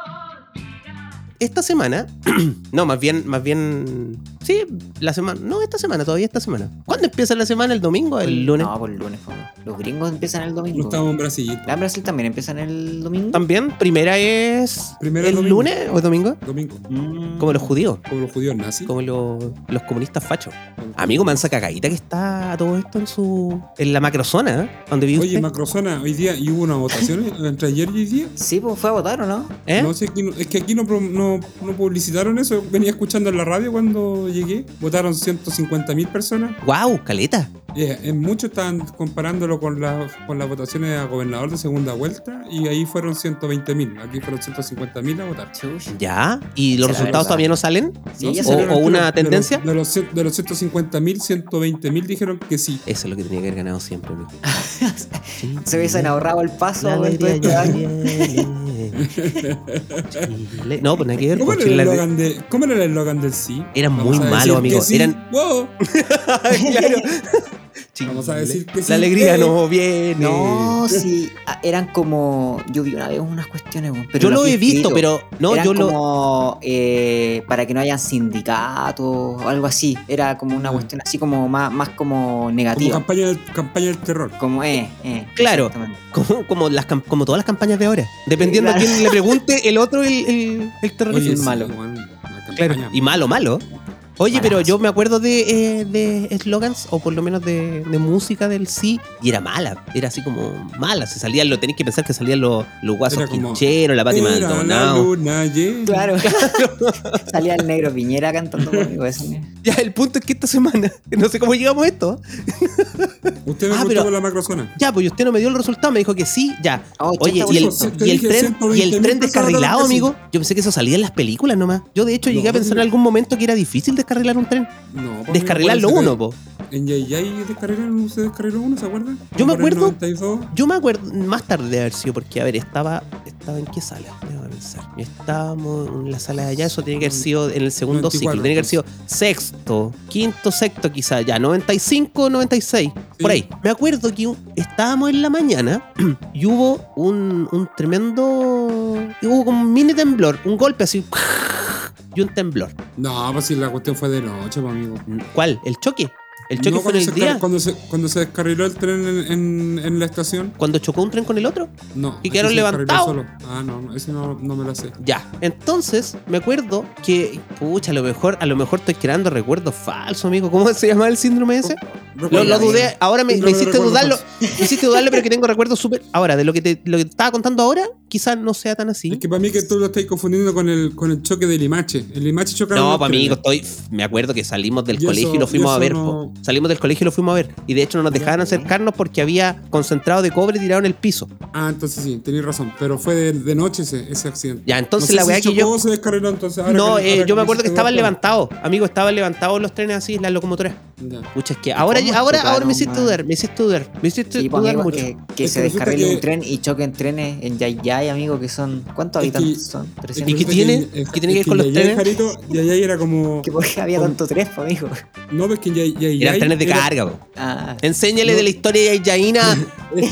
oh, diga
Esta semana, <clears throat> no, más bien, más bien, sí, la semana, no, esta semana, todavía esta semana. ¿Cuándo empieza la semana? ¿El domingo? ¿El lunes?
No, por el lunes. po. Los gringos empiezan el
No
domingo.
estábamos en Brasil.
La en Brasil también empiezan el domingo.
También, primera es
Primero
el
domingo.
lunes o el domingo,
Domingo.
Mm.
como los judíos,
Como los judíos nazis.
como los, los comunistas fachos. Amigo, mansa cagadita que está todo esto en su, en la macrozona, ¿eh? donde vive
Oye,
usted.
Macrozona, hoy día y hubo
<laughs>
una votación entre ayer y hoy día.
Sí, pues fue a votar o no?
¿Eh?
No sé, aquí no- es que aquí no, pro- no, no publicitaron eso. Venía escuchando en la radio cuando llegué. Votaron 150.000 personas.
Guau, caleta.
Yeah, en muchos están comparándolo con, las con las votaciones a gobernador de segunda vuelta y ahí fueron 120.000, aquí fueron 150.000 a votar.
Chush.
¿Ya? ¿Y los
Será
resultados
verdad.
todavía no salen?
Sí, ya
¿O,
salieron
o una
De los-
tendencia?
De los, cien- de los 150.000, 120.000 dijeron que sí.
Eso es lo que tenía que haber ganado siempre.
<laughs>
mijo. Oh.
Se hubiesen ahorrado el paso
La
en todo este
alegría
año. <laughs>
viene. Chile. No, pues nada que ver.
¿Cómo
pues
era el
Chile la-
eslogan de- cómo era el eslogan del sí?
Eran
Vamos
muy
a decir
malos,
que
amigo,
sí.
eran-
¡Wow!
<laughs> Claro.
Vamos a
Chile.
decir que sí.
La alegría
Eh,
no viene.
No, sí, ah, eran como. Yo vi una vez unas cuestiones, weón, pero
yo
las
lo
vi
he visto,
escrito.
pero no,
eran
yo lo.
como eh, para que no hayan sindicatos o algo así. Era como una
Ah.
cuestión así como más, más como
Como
negativa.
campaña del, campaña del terror.
Como, eh, eh.
Claro.
exactamente.
Como, como, las, cam- como todas las campañas de ahora. Dependiendo a
Claro.
quién le pregunte, el otro el, el, el terrorista.
Oye, malo.
weón, la
Claro,
campaña.
y malo, malo. Oye, pero
Malazo.
yo me acuerdo de, eh, de slogans, o por lo menos de, de música del sí, y era mala, era así como mala. Se salían, lo tenés que pensar que salían los, los guasos
Era como,
quincheros, la Pati
Era la
Maldonado.
luna llena.
Claro. Salía el negro
<laughs>
Piñera cantando conmigo eso.
<laughs> Ya, el punto es que esta semana, <laughs> no sé cómo llegamos a esto.
Usted me
Ah,
contó
pero-
por la macrozona.
Ya, pues y usted no me dio el resultado, me dijo que sí, ya.
Oh,
Oye, y el,
Sí, te
y el
dije
tren, y el
120.000
tren
personas
descarrilado,
hablaron que sí.
amigo. Yo pensé que eso salía en las películas nomás. Yo, de hecho, llegué
No,
a pensar en
no.
algún momento que era difícil descarrilar un tren.
No, pues,
Descarrilarlo
acuérdense
uno, po.
que En Yayay descarrilaron, se descarriló uno, ¿se acuerda?
Yo me
Por el
acuerdo.
92.
Yo me acuerdo más tarde de haber sido, porque a ver, estaba. ¿Estaba en qué sala? Déjame pensar. Estábamos en la sala de allá, eso tiene que
Mm.
haber sido en el segundo
94,
ciclo. Tiene que haber sido sexto, quinto, sexto quizá, ya, 95, 96. Por
Sí.
ahí. Me acuerdo que un- estábamos en la mañana <clears throat> y hubo un, un tremendo. y Hubo como un mini temblor, un golpe así. <clears throat> Y un temblor.
No, pues si la cuestión fue de noche, pues, amigo.
¿Cuál? ¿El choque? ¿El choque
No,
fue en el
se
día?
descar- Cuando se, cuando se descarriló el tren en, en- en la estación,
¿Cuando chocó un tren con el otro?
no.
Y
ese
quedaron
se descarriló
levantados.
solo. Ah, no, no, ese no, no me la sé.
Ya, entonces me acuerdo que, pucha, a lo mejor, a lo mejor estoy creando recuerdos falsos, amigo. ¿Cómo se llama el síndrome ese? Lo,
Recuerda,
lo dudé, ahora me,
Síndrome
me
de
hiciste
recuerdo
dudarlo,
falso.
me hiciste dudarlo, pero que tengo recuerdos súper. Ahora, de lo que te, lo que te estaba contando ahora, quizás no sea tan así.
Es que para mí que tú lo estás confundiendo con el, con el choque de Limache. El Limache chocaron.
No,
los
para mí,
trenes.
estoy, me acuerdo que salimos del
Y eso-
colegio y lo
y
fuimos a
eso
ver.
no-
po. Salimos del colegio y lo fuimos a ver. Y de hecho no nos dejaban acercarnos porque había concentrado de cobre tirado en el piso.
Ah, entonces sí, tenías razón. Pero fue de, de noche ese, ese accidente.
Ya, entonces
No sé
la
si
weá que
chocó
yo...
o se descarriló, entonces. ahora
No,
que-
eh,
ahora
yo me
me
acuerdo que
hiciste
estaban
dudar,
levantados, amigo, estaban levantados los trenes así, las locomotoras.
ya.
Pucha, es que ahora,
cómo
ahora,
chocaron,
ahora me hiciste
man?
dudar, me hiciste dudar, me hiciste
Sí, pues,
dudar
amigo,
mucho.
que, que
Es
se
que resulta
descarrile un
que-
tren y choquen trenes en Yayay, amigo, que son. ¿Cuántos
Es que-
habitantes son?
Es
¿Y
300.
qué
resulta
tiene?
que- es-
¿Qué tiene que
es
ver con los
en Yayay,
trenes?
Jarito, Yayay
<laughs>
era
<laughs>
como.
¿Qué por qué había
Con-
tanto tres, pues, amigo?
No, ves que en Yay- Yayay.
Eran trenes de
era-
carga, po.
<laughs> Ah,
Enséñale
No.
de la historia de
<laughs>
Yaina.
Es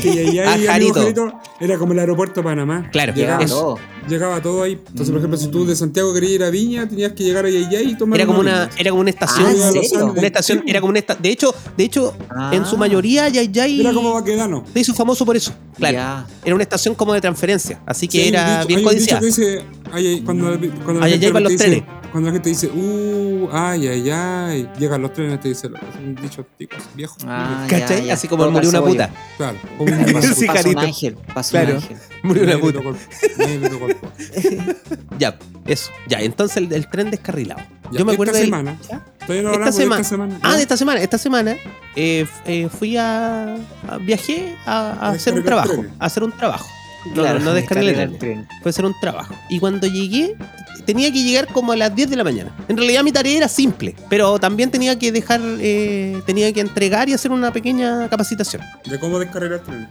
<laughs>
que Yayay,
A
amigo,
Ah, Jarito.
Jarito, era como el aeropuerto de Panamá.
Claro,
llegaba
es-
todo.
Llegaba todo ahí. Entonces, por ejemplo, si tú de Santiago querías ir a Viña, tenías que llegar a Yayay y tomar.
Mm. Era como
<laughs>
una, era como una estación.
Ah, ¿en
Yo iba a Los
serio?
Ángeles.
Una estación,
Sí,
era como una esta- De hecho, de hecho, en su
Ah.
mayoría Yayay
Era como Baquedano.
se hizo famoso por eso. Claro.
Ya.
Era una estación como de transferencia. Así que
Sí, hay un
era
dicho-
bien
hay un dicho
codiciada.
que dice, ay, ay, cuando, cuando la
Ay, ay,
gente
ay, van los
dice- Cuando la gente dice, uh, ay, ay, ay, llegan los trenes, te dice, es un dicho tico, viejo.
Ah, ya,
¿Cachai?
ya.
Así como
Todo
murió una
calcebollo.
puta.
Claro,
<laughs>
como un
Sí,
Pasó- pasó un
carito.
ángel, pasó un
Claro.
ángel.
Murió una puta. <laughs> Ya, eso. Ya, entonces el, el tren descarrilado. Yo me acuerdo
esta
del-
semana. Todavía no
Esta
hablamos de
semana.
esta semana.
Ah,
¿ya?
de esta semana. Esta semana eh, f- eh, fui a, a- Viajé a, a
A
hacer un
descargar
trabajo.
trenes.
A hacer un trabajo. No,
Claro,
no, no descargué
descargué
el tren. Fue hacer un trabajo. Y cuando llegué, tenía que llegar como a las 10 de la mañana. En realidad mi tarea era simple, pero también tenía que dejar, eh, tenía que entregar y hacer una pequeña capacitación.
De cómo descargar el tren.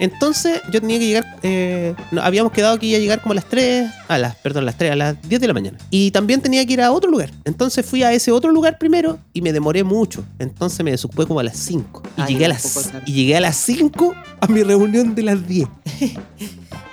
Entonces yo tenía que llegar, eh, no, habíamos quedado que iba a llegar como a las 3, a las, perdón, a las 3, a las 10 de la mañana. Y también tenía que ir a otro lugar. Entonces fui a ese otro lugar primero y me demoré mucho. Entonces me desocupé como a las 5. Y,
Ah,
llegué, a
ya, un poco
las,
tarde.
y llegué a las 5 a mi reunión de las
<laughs>
10.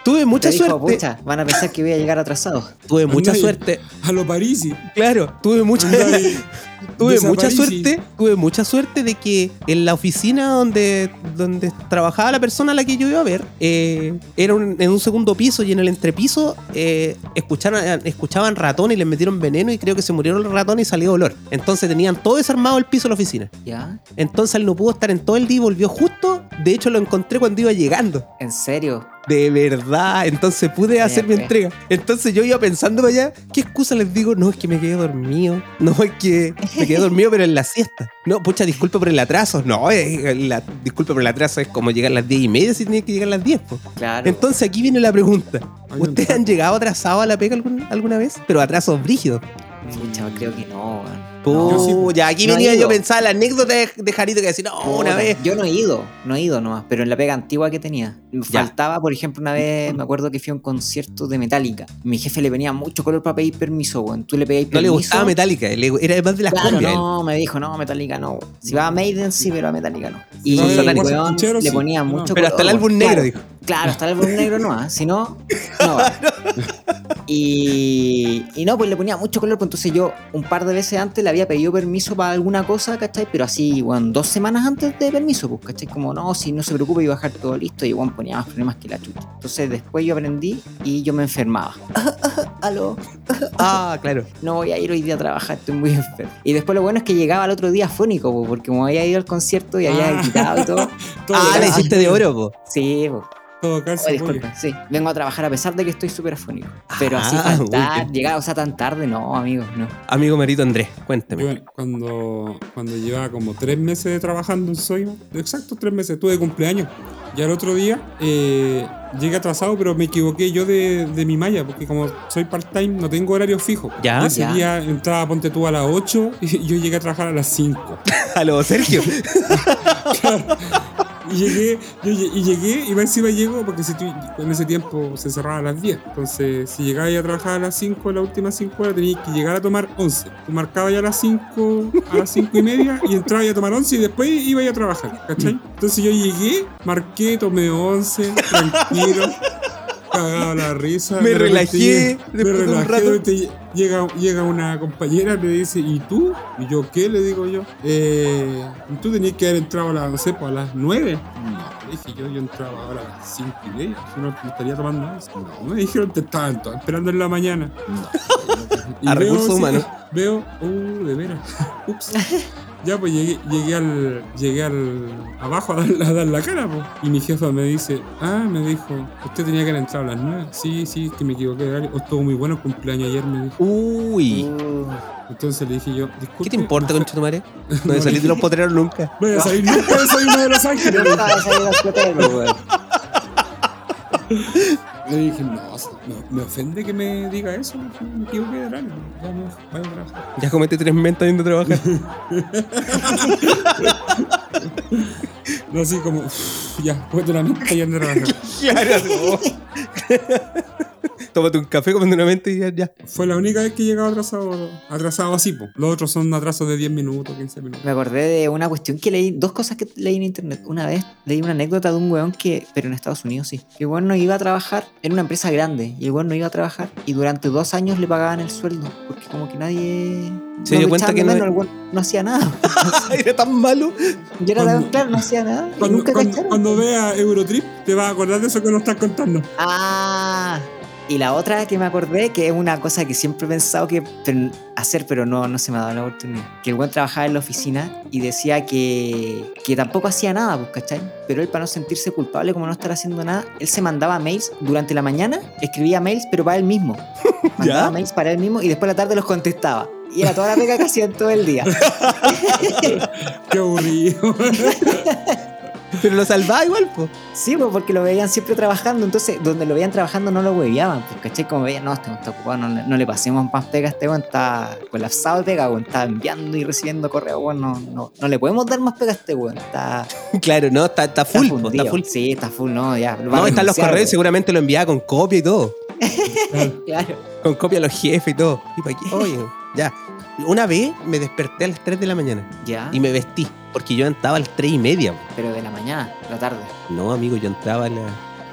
Tuve mucha
Te dijo,
suerte.
"Pucha, van a pensar que voy a llegar
<laughs>
atrasado.
Tuve mucha
<laughs>
Andai.
suerte.
A lo Parisi.
Claro, tuve mucha,
Anda ahí.
<laughs> tuve mucha
Desaparisi.
suerte, tuve mucha suerte de que en la oficina donde, donde trabajaba la persona a la que yo iba a ver, eh, era un- en un segundo piso y en el entrepiso eh, escucharon, escuchaban ratón y les metieron veneno y creo que se murieron los ratones y salió olor. Entonces tenían todo desarmado el piso de la oficina.
¿Ya?
Entonces él no pudo estar en todo el día y volvió justo. De hecho lo encontré cuando iba llegando.
¿En serio?
De verdad, entonces pude
Ya,
hacer mi
pues.
entrega. Entonces yo iba pensando para allá, ¿qué excusa les digo? No, es que me quedé dormido. No, es que me quedé dormido, pero en la siesta. No, pucha, disculpe por el atraso. No, eh, la, disculpe por el atraso es como llegar a las 10 y media si tenía que llegar a las 10. po.
Claro.
Entonces aquí viene la pregunta.
Hay un
¿Ustedes han llegado atrasados a la pega alguna, alguna vez? Pero atrasos brígidos.
Pucha, creo que no, weón.
Puh,
Yo sí, po.
ya aquí
No
venía
he
yo
ido.
a pensar la anécdota de, de Jarito que decía, no, una
Puta,
vez.
Yo no he ido, no he ido nomás, pero en la pega antigua que tenía.
Ya. Mm.
Faltaba, por ejemplo, una vez, me acuerdo que fui a un concierto de Metallica. Mi jefe le venía mucho color para pedir permiso, weón. Tú le pedías
No
permiso.
le gustaba Metallica, él era más de las
Claro,
cumbias. él.
no, me dijo, no, Metallica no. weón. Si va a Maiden, sí, pero a Metallica no.
Sí,
Y
no,
weón,
satánico.
Puchero,
le
sí.
ponía
No.
mucho
Pero hasta el
color,
álbum
weón.
negro
Claro.
dijo.
Claro, hasta el álbum negro no, ¿ah? si no, no va. Y, y no, pues le ponía mucho color, pues entonces yo un par de veces antes le había pedido permiso para alguna cosa, ¿cachai? Pero así, weón, dos semanas antes de permiso, pues, ¿cachai? Como, no, si no se preocupe, iba a dejar todo listo y, weón, ponía más problemas que la chucha. Entonces después yo aprendí y yo me enfermaba. Aló,
Ah, claro.
no voy a ir hoy día a trabajar, estoy muy enfermo. Y después lo bueno es que llegaba al otro día fónico, pues, porque como había ido al concierto y había
Ah.
gritado y todo.
Todo
Ah, la
calza,
hiciste de oro, po.
Sí, pues.
Todo
Oh,
calza, pollo.
disculpa, sí. Vengo a trabajar a pesar de que estoy súper afónico. Pero así
Ah,
tan
uy,
tarde,
qué-
llegar, o sea, tan tarde, no, amigos, no.
Amigo Marito Andrés, cuénteme.
Yo cuando, cuando llevaba como tres meses trabajando en Soima, exacto tres meses, tuve cumpleaños. Y al otro día eh, llegué atrasado, pero me equivoqué yo de, de mi malla, porque como soy part-time no tengo horario fijo.
Ya.
Y ese
Ya.
día entraba, ponte tú, a las 8 <laughs> y yo llegué a trabajar a las 5.
A lo <laughs> Sergio.
<laughs> Y llegué, yo lle- y llegué, y más encima llego, porque si tú, en ese tiempo se cerraba a las 10. Entonces, si llegabas a trabajar a las 5, las últimas 5 horas, tenías que llegar a tomar 11. Tú marcabas ya a las 5, a las 5 y media, y entrabas ya a tomar 11 y después ibas a trabajar, ¿cachai? Entonces yo llegué, marqué, tomé 11, tranquilo. Cagaba la risa.
Me
de repente
relajé,
llega- Me
después de un
relajé.
rato.
de repente llega, llega una compañera, me dice, ¿y tú? ¿Y yo qué? Le digo yo. Eh, tú tenías que haber entrado a las, no sé, pues, a las 9.
Mm.
No, le dije yo, yo entraba ahora a las 5 y media. Yo no, no estaría tomando nada. No, me dijeron, te estaban to- esperando en la mañana. No.
Mm. A
veo,
recursos
sí,
humanos.
Veo, uh, de veras. Ups. Ya, pues llegué, llegué al. Llegué al. abajo <laughs> a dar, a dar la cara, pues. Y mi jefa me dice, ah, me dijo, usted tenía que haber entrado a las 9. Sí, sí, que me equivoqué de horario. Oh, Estuvo muy bueno el cumpleaños ayer, me dijo.
Uy.
Uh,
Entonces le dije yo, disculpe.
¿Qué te importa,
no,
concha tu madre? <laughs> No de salir de los potreros nunca.
voy a salir nunca de Soy uno de Los Ángeles.
nunca vas a ir al hotel, weón.
<laughs> Le dije, no, o sea, me, me ofende que me diga eso, porque me equivoqué de horario. Ya me vaya a trabajar.
Ya comete tres mentas yendo a trabajar. <laughs>
No, así como, "Uf, ya, cuento la mente y ando a trabajar.
Claro, así como- <laughs> Tómate un café, comete una menta y ya. ya. <laughs>
Fue la única vez que he llegado atrasado, atrasado así, po. Los otros son atrasos de 10 minutos, 15 minutos.
Me acordé de una cuestión que leí, dos cosas que leí en internet. Una vez leí una anécdota de un weón que, pero en Estados Unidos sí, que el weón no iba a trabajar en una empresa grande y el weón no iba a trabajar y durante dos años le pagaban el sueldo porque como que nadie...
Se dio
no lo
cuenta
echaban
que
de
no-
menos, el weón no hacía nada. <laughs>
Era tan malo.
Yo era
Cuando-
claro, no hacía nada. y
Cuando,
nunca
cuando,
cacharon.
cuando veas Eurotrip, te vas a acordar de eso que nos estás contando.
Ah, y la otra que me acordé, que es una cosa que siempre he pensado que pero- hacer, pero no, no se me ha dado la oportunidad. Que el buen trabajaba en la oficina y decía que, que tampoco hacía nada, pues, ¿cachai? Pero él, para no sentirse culpable, como no estar haciendo nada, él se mandaba mails durante la mañana, escribía mails, pero para él mismo. Mandaba
¿Ya?
mails para él mismo y después a la tarde los contestaba. Y era toda la pega que hacía en todo el día.
Qué aburrido.
Pero lo salvaba igual, po.
Sí, pues porque lo veían siempre trabajando, entonces donde lo veían trabajando no lo hueveaban, pues caché como veían, no, este weón está ocupado, no, le- no le pasemos más pega a este weón, está colapsado de pega, weón, está enviando y recibiendo correo, weón, no, no, no le podemos dar más pega a este weón, está, está
Claro, no, está, está full, po,
fundido.
está full.
Sí, está full, no, ya. lo va
No,
a
están los
renunciar,
correos y seguramente lo enviaba con copia y todo.
Claro.
weón. Claro.
Con copia a los jefes y todo. ¿Y para qué? Oye, ya. Una vez me desperté a las 3 de la mañana.
Ya,
y me vestí, porque yo entraba a las 3 y media.
pero de la mañana, de la tarde.
No, amigo, yo entraba a las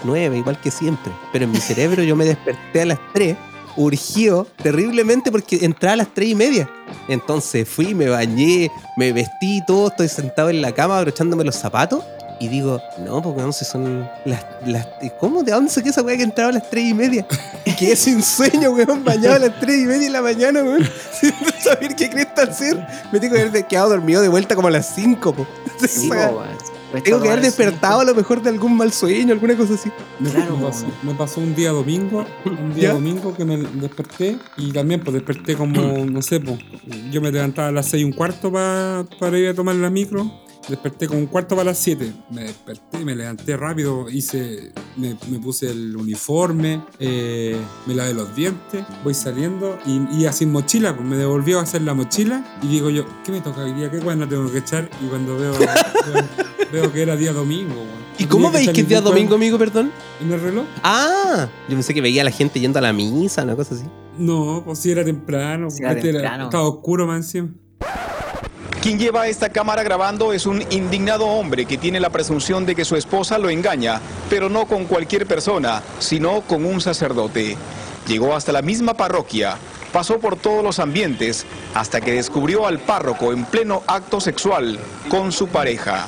9, igual que siempre. Pero en mi cerebro yo me desperté a las 3, urgido terriblemente porque entraba a las 3 y media. Entonces fui, me bañé, me vestí y todo, estoy sentado en la cama abrochándome los zapatos. Y digo, no, porque no sé, son las, las... ¿Cómo? ¿De dónde saqué esa weá que entraba a las 3 y media? Y quedé sin sueño, weón, bañado a las 3 y media de la mañana, weón. <laughs> Sin saber qué cresta hacer. Me tengo que haber quedado dormido de vuelta como a las 5, po.
Sí, po, weón. Pero
Tengo que haber
esto lo
despertado a lo mejor de algún mal sueño, alguna cosa así.
Me,
Claro,
me
po,
pasó, me pasó un día domingo, un día
¿Ya?
domingo que me desperté y también pues
<clears throat>
desperté como, no sé, pues yo me levantaba a las 6 y un cuarto pa- para ir a tomar la micro, desperté como un cuarto para las 7, me desperté, me levanté rápido, hice, me, me puse el uniforme, eh, me lavé los dientes, voy saliendo y, y así en mochila, pues me devolvió a hacer la mochila y digo yo, ¿qué me toca hoy día? ¿Qué cuándo tengo que echar? Y cuando veo, <laughs> veo, veo que era día domingo, weón.
¿Y
No
cómo
tenía
veis
echar
que es día
ningún
domingo,
cuerno
amigo, perdón?
en el reloj.
Ah, yo pensé que veía a la gente yendo a la misa, una cosa así.
No, pues si era temprano.
Si era
este era-
temprano.
estaba oscuro más encima.
Quien lleva esta cámara grabando es un indignado hombre que tiene la presunción de que su esposa lo engaña, pero no con cualquier persona, sino con un sacerdote. Llegó hasta la misma parroquia, pasó por todos los ambientes, hasta que descubrió al párroco en pleno acto sexual con su pareja.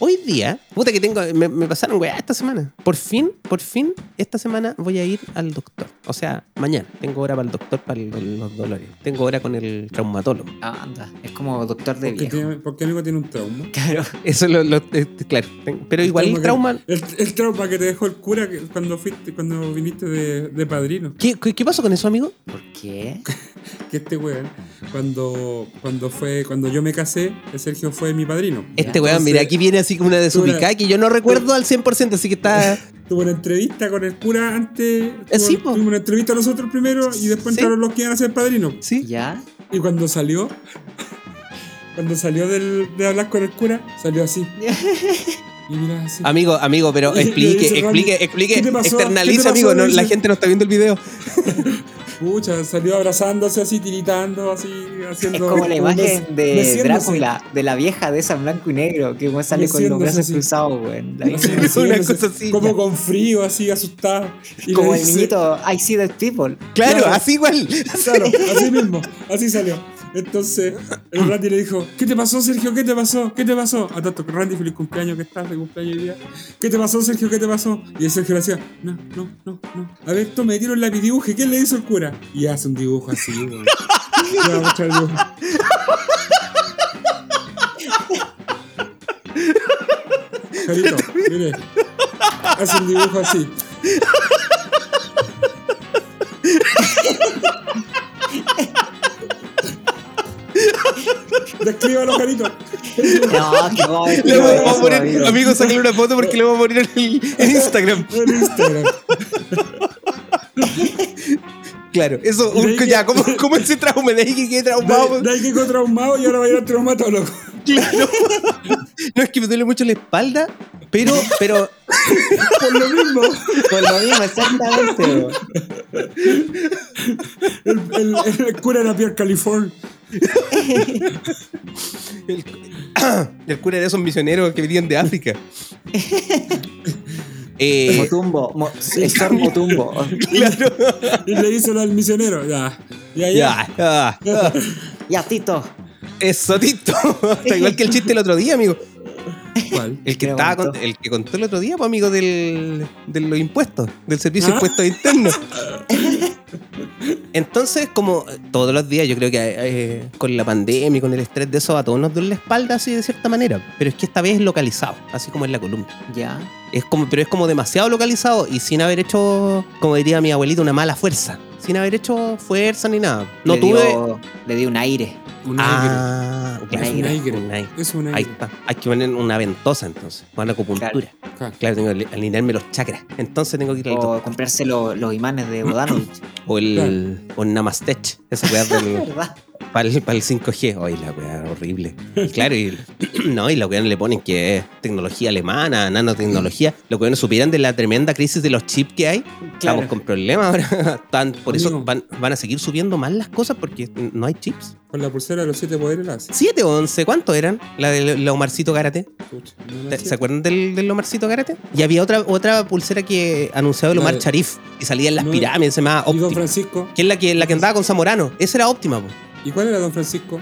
Hoy día, puta que tengo, me, me pasaron weá esta semana. Por fin, por fin, esta semana voy a ir al doctor. O sea, mañana tengo hora para el doctor para el- los dolores. Tengo hora con el traumatólogo.
despertado. Ah, anda, es como doctor de
Porque,
viejo.
tiene, porque el amigo tiene un trauma.
Claro.
<laughs> Eso lo, lo- eh, claro. ten- Pero igual el trauma.
que- el, el trauma que te dejó el cura que- cuando fuiste, cuando viniste de, de padrino.
¿Qué, qué, qué pasó con eso, amigo?
¿Por
<laughs>
qué?
Que este weón, cuando, cuando fue, cuando yo me casé, el Sergio fue mi padrino.
Este weón, mira,
Entonces,
aquí viene así como una desubicada que yo no recuerdo al 100%, así que está. <laughs>
Tuvo una entrevista con el cura antes.
Eh, sí,
tuvo-
po.
Tuvimos una entrevista nosotros primero y después
Sí.
entraron los que iban a ser padrinos.
¿Sí?
¿Ya?
Y cuando salió, cuando salió del- de hablar con el cura, salió
<laughs>
así. Y mira así.
Amigo, amigo, pero
Le
explique,
dice Ronnie,
explique, explique,
¿qué te pasó? ¿Qué te
externalice,
pasó?
amigo.
Le
no, la
dice.
gente no está viendo el video.
Pucha, salió abrazándose así, tiritando, así,
Es
haciendo.
como la
mec-
imagen de
meciéndose.
Drácula, de la vieja de esa en blanco y negro, que weón sale con los
Meciéndose
brazos
así.
cruzados, weón. La
Así,
vieja-
meciéndose,
Una cosa así,
Como
ya.
con frío, así, asustada. Y le
Como el
dice-
niñito I see the
<laughs>
people.
Claro,
Claro.
así
<laughs>
igual.
Claro, así mismo, así salió. Entonces, el Randy le dijo: ¿Qué te pasó, Sergio? ¿Qué te pasó? ¿Qué te pasó? A tanto que Randy, feliz cumpleaños, que estás de cumpleaños hoy día. ¿Qué te pasó, Sergio? ¿Qué te pasó? Y el Sergio le hacía: No, no, no, no. A ver, tome, tiro el lápiz dibuje. ¿Qué le hizo el cura? Y hace un dibujo así, weón. Le va a mostrar el dibujo. Carito, mire. Hace un dibujo así. Descríbalo, Carito.
No, que joder.
Le
Pero
vamos
eso,
a poner,
amigo.
amigo, sácale una foto porque le vamos a poner en, el- en Instagram.
En Instagram.
Claro, eso,
De
un-
ahí que-
ya, ¿cómo, cómo ese trauma? De ahí que quedé traumado.
Da- Dai quedó traumado y ahora va a ir al traumatólogo.
Claro. No es que me duele mucho la espalda, pero, pero,
Por lo
<laughs>
mismo,
Por lo mismo, exactamente, weón.
el, el- el cura era Pierre California.
el, el cura de esos misioneros que venían de
<laughs>
África. Eh,
Motumbo. Mo Sor Motumbo.
claro.
Y le hizo al misionero. Ya, ya, ya.
Ya, ah, ah.
<laughs> Ya, Tito.
Eso,
<laughs>
Tito. Está igual que el chiste el otro día, amigo.
¿Cuál?
El que,
Me
estaba con-
aguantó.
el que contó el otro día, pues, amigo, del, de los impuestos, del servicio de
¿Ah?
impuestos internos. Entonces, como todos los días, yo creo que eh, con la pandemia y con el estrés de eso, a todos nos duele la espalda así de cierta manera. Pero es que esta vez es localizado, así como en la columna.
Ya.
Es como, pero es como demasiado localizado y sin haber hecho, como diría mi abuelita, una mala fuerza. Sin haber hecho fuerza ni nada. No
le
tuve.
Dio, le dio un aire.
Un
ah,
Un
ya,
Es un
aire,
aire.
un aire.
Es un
Ahí
aire.
está. Hay que poner una ventosa entonces, una acupuntura.
Claro.
Claro.
Claro, tengo que alinearme los chakras. Entonces tengo que ir al doctor.
O comprarse lo- los imanes de Bodanovich.
O el, o el Namastech. Esa weá del,
¿Verdad?
para, el, para el 5G. Ay, la weá horrible. Y claro, y, <clears throat> no, y la weá le ponen que es tecnología alemana, nanotecnología. Los weones supieran de la tremenda crisis de los chips que hay. Estamos
Claro.
con problemas ahora. <laughs> Están- por eso
Amigo.
van, van a seguir subiendo más las cosas porque no hay chips.
Con la pulsera de los siete poderes la hace.
7 o 11, ¿cuántos eran? La del la Omarcito Karate.
Pucha, no la
¿Te-
hace.
¿Se acuerdan del, del Omarcito Karate? Y había otra, otra pulsera que anunciaba el
La
Omar
de-
Sharif, que salía en las
No,
pirámides, se llamaba
¿Y don
Optima.
Francisco?
Que es la que, la que andaba con Zamorano. Esa era óptima, po.
¿Y cuál era don Francisco?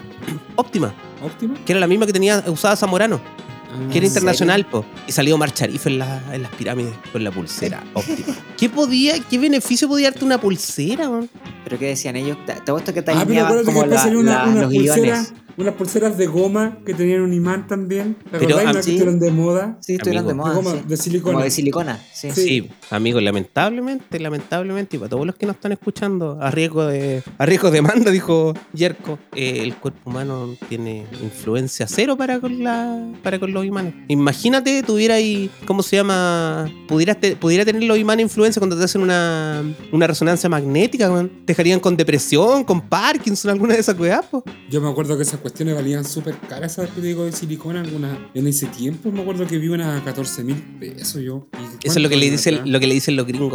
Óptima.
¿Óptima?
Que era la misma que tenía usada Zamorano.
Ah,
Que era
¿En serio?
internacional, po. Y salió Omar Sharif en, la- en las pirámides con la
<laughs>
pulsera óptima. ¿Qué podía, qué beneficio podía darte una pulsera, man?
¿Pero qué decían ellos? Te te apuesto que te
Ah, pero
alineaban
acuérdate que
como
después
la,
salió una,
la-
una
los
pulsera.
guiones.
unas pulseras de goma que tenían un imán también. ¿Te
Pero,
acordáis
ah,
las
sí.
que estuvieron de moda?
Sí, estuvieron de
Amigo.
moda.
De goma,
sí.
de silicona.
Como de silicona, sí.
Sí. amigos, lamentablemente, lamentablemente, y para todos los que nos están escuchando, a riesgo de, a riesgo de demanda, dijo Yerko, eh, el cuerpo humano tiene influencia cero para con, la, para con los imanes. Imagínate, tuviera ahí, ¿cómo se llama? Pudieras te- pudiera tener los imanes influencia cuando te hacen una, una resonancia magnética, weón. Te dejarían con depresión, con Parkinson, alguna de esas weas, po.
Yo me acuerdo que esas cuestiones valían súper caras, esas que te digo de silicona. alguna- en ese tiempo me acuerdo que vi unas a 14 mil pesos yo. ¿Y
Eso es lo
cuánto
que, le
era
dicen,
acá?
lo que le dicen los gringos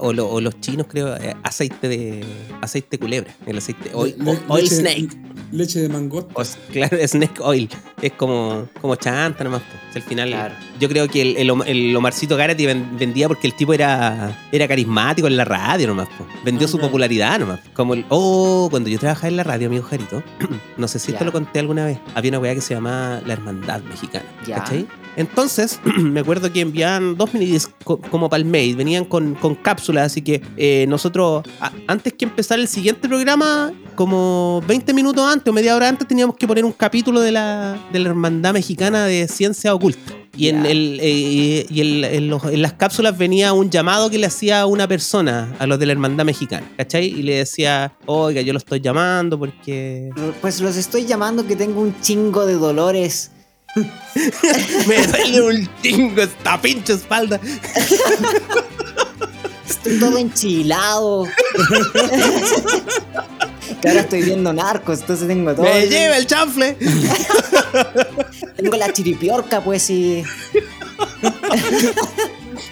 o, lo- o los chinos, creo, eh, aceite de aceite de culebra, el aceite oil,
Le- le-
oil
leche de-
snake.
Leche de mangosta.
O s- <laughs> claro, Snake Oil. Es como, como chanta nomás. po. O sea, al final,
Claro.
yo creo que el, el, Om- el Omarcito Garati ven- vendía porque el tipo era, era carismático en la radio nomás. po. Vendió
Ah,
su
claro.
popularidad nomás. Como el, oh, cuando yo trabajaba en la radio, amigo Jarito, <clears throat> no sé si
Ya.
esto lo conté alguna vez, había una weá que se llamaba La Hermandad Mexicana.
Ya.
¿Cachai? Entonces, <clears throat> me acuerdo que enviaban dos minidiscs co- como para el mail, venían con, con cápsulas, así que eh, nosotros, a- antes que empezar el siguiente programa, como 20 minutos antes o media hora antes, teníamos que poner un capítulo de la, de la Hermandad Mexicana de Ciencia Oculta. Y, en,
Ya.
el, eh, y en- en los- en las cápsulas venía un llamado que le hacía una persona a los de la Hermandad Mexicana, ¿cachai? Y le decía, oiga, yo lo estoy llamando porque <laughs>
Pues los estoy llamando que tengo un chingo de dolores.
me duele un chingo esta pinche espalda.
Estoy todo enchilado. <laughs> que ahora estoy viendo narcos, entonces tengo todo.
Me lleva el chanfle.
Tengo la chiripiorca, pues, y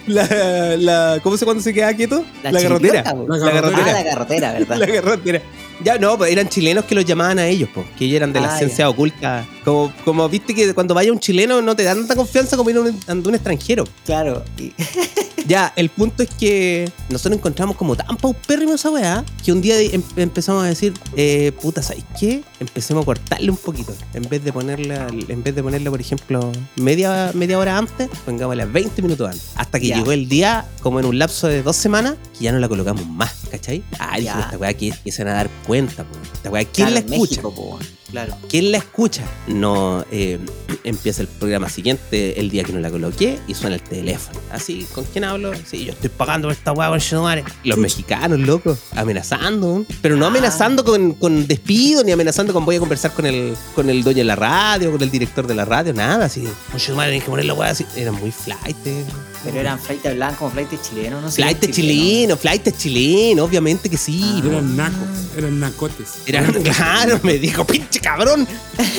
la, la- ¿Cómo se cuando se queda quieto?
La
La, carretera. <laughs>
chiripiorca, po.
La
La
Ah,
carretera.
la carretera, ¿verdad?
<laughs> La carretera. Ya no, pues eran chilenos que los llamaban a ellos, po, que ellos eran de
Ah,
la
ya.
ciencia oculta. Como, como viste que cuando vaya un chileno no te dan tanta confianza como ir a un, ante un extranjero.
Claro. y-
Ya, el punto es que nosotros encontramos como tan paupérrimo esa weá que un día de- em- empezamos a decir, eh, puta, ¿sabes qué? Empecemos a cortarle un poquito. En vez de ponerla, en vez de ponerla, por ejemplo, media, media hora antes, pongámosla 20 minutos antes. Hasta que
Ya.
llegó el día, como en un lapso de dos semanas, que ya no la colocamos más, ¿cachai? Ah,
Ya.
dijimos, esta weá que que se van a dar cuenta, po. Esta weá, ¿quién
claro,
la
en
escucha?
México, po. Claro.
¿Quién la escucha? No, eh, empieza el programa siguiente el día que no la coloqué y suena el teléfono. Así, ¿con quién hablo? Sí, yo estoy pagando por esta hueá con Shadoware. Los mexicanos, loco, amenazando. ¿no? Pero no
Ah.
amenazando con, con despido, ni amenazando con voy a conversar con el, con el dueño de la radio, con el director de la radio, nada. Así, con Shadoware tienes que poner la hueá así. Eran muy flight. eh.
Pero eran flight blanco, flight chileno, no sé.
Flight chileno, flight chileno, obviamente que sí.
Ah.
po.
Eran nacos, eran nacotes.
Era- <laughs>
<laughs>
claro, me dijo, pinche cabrón,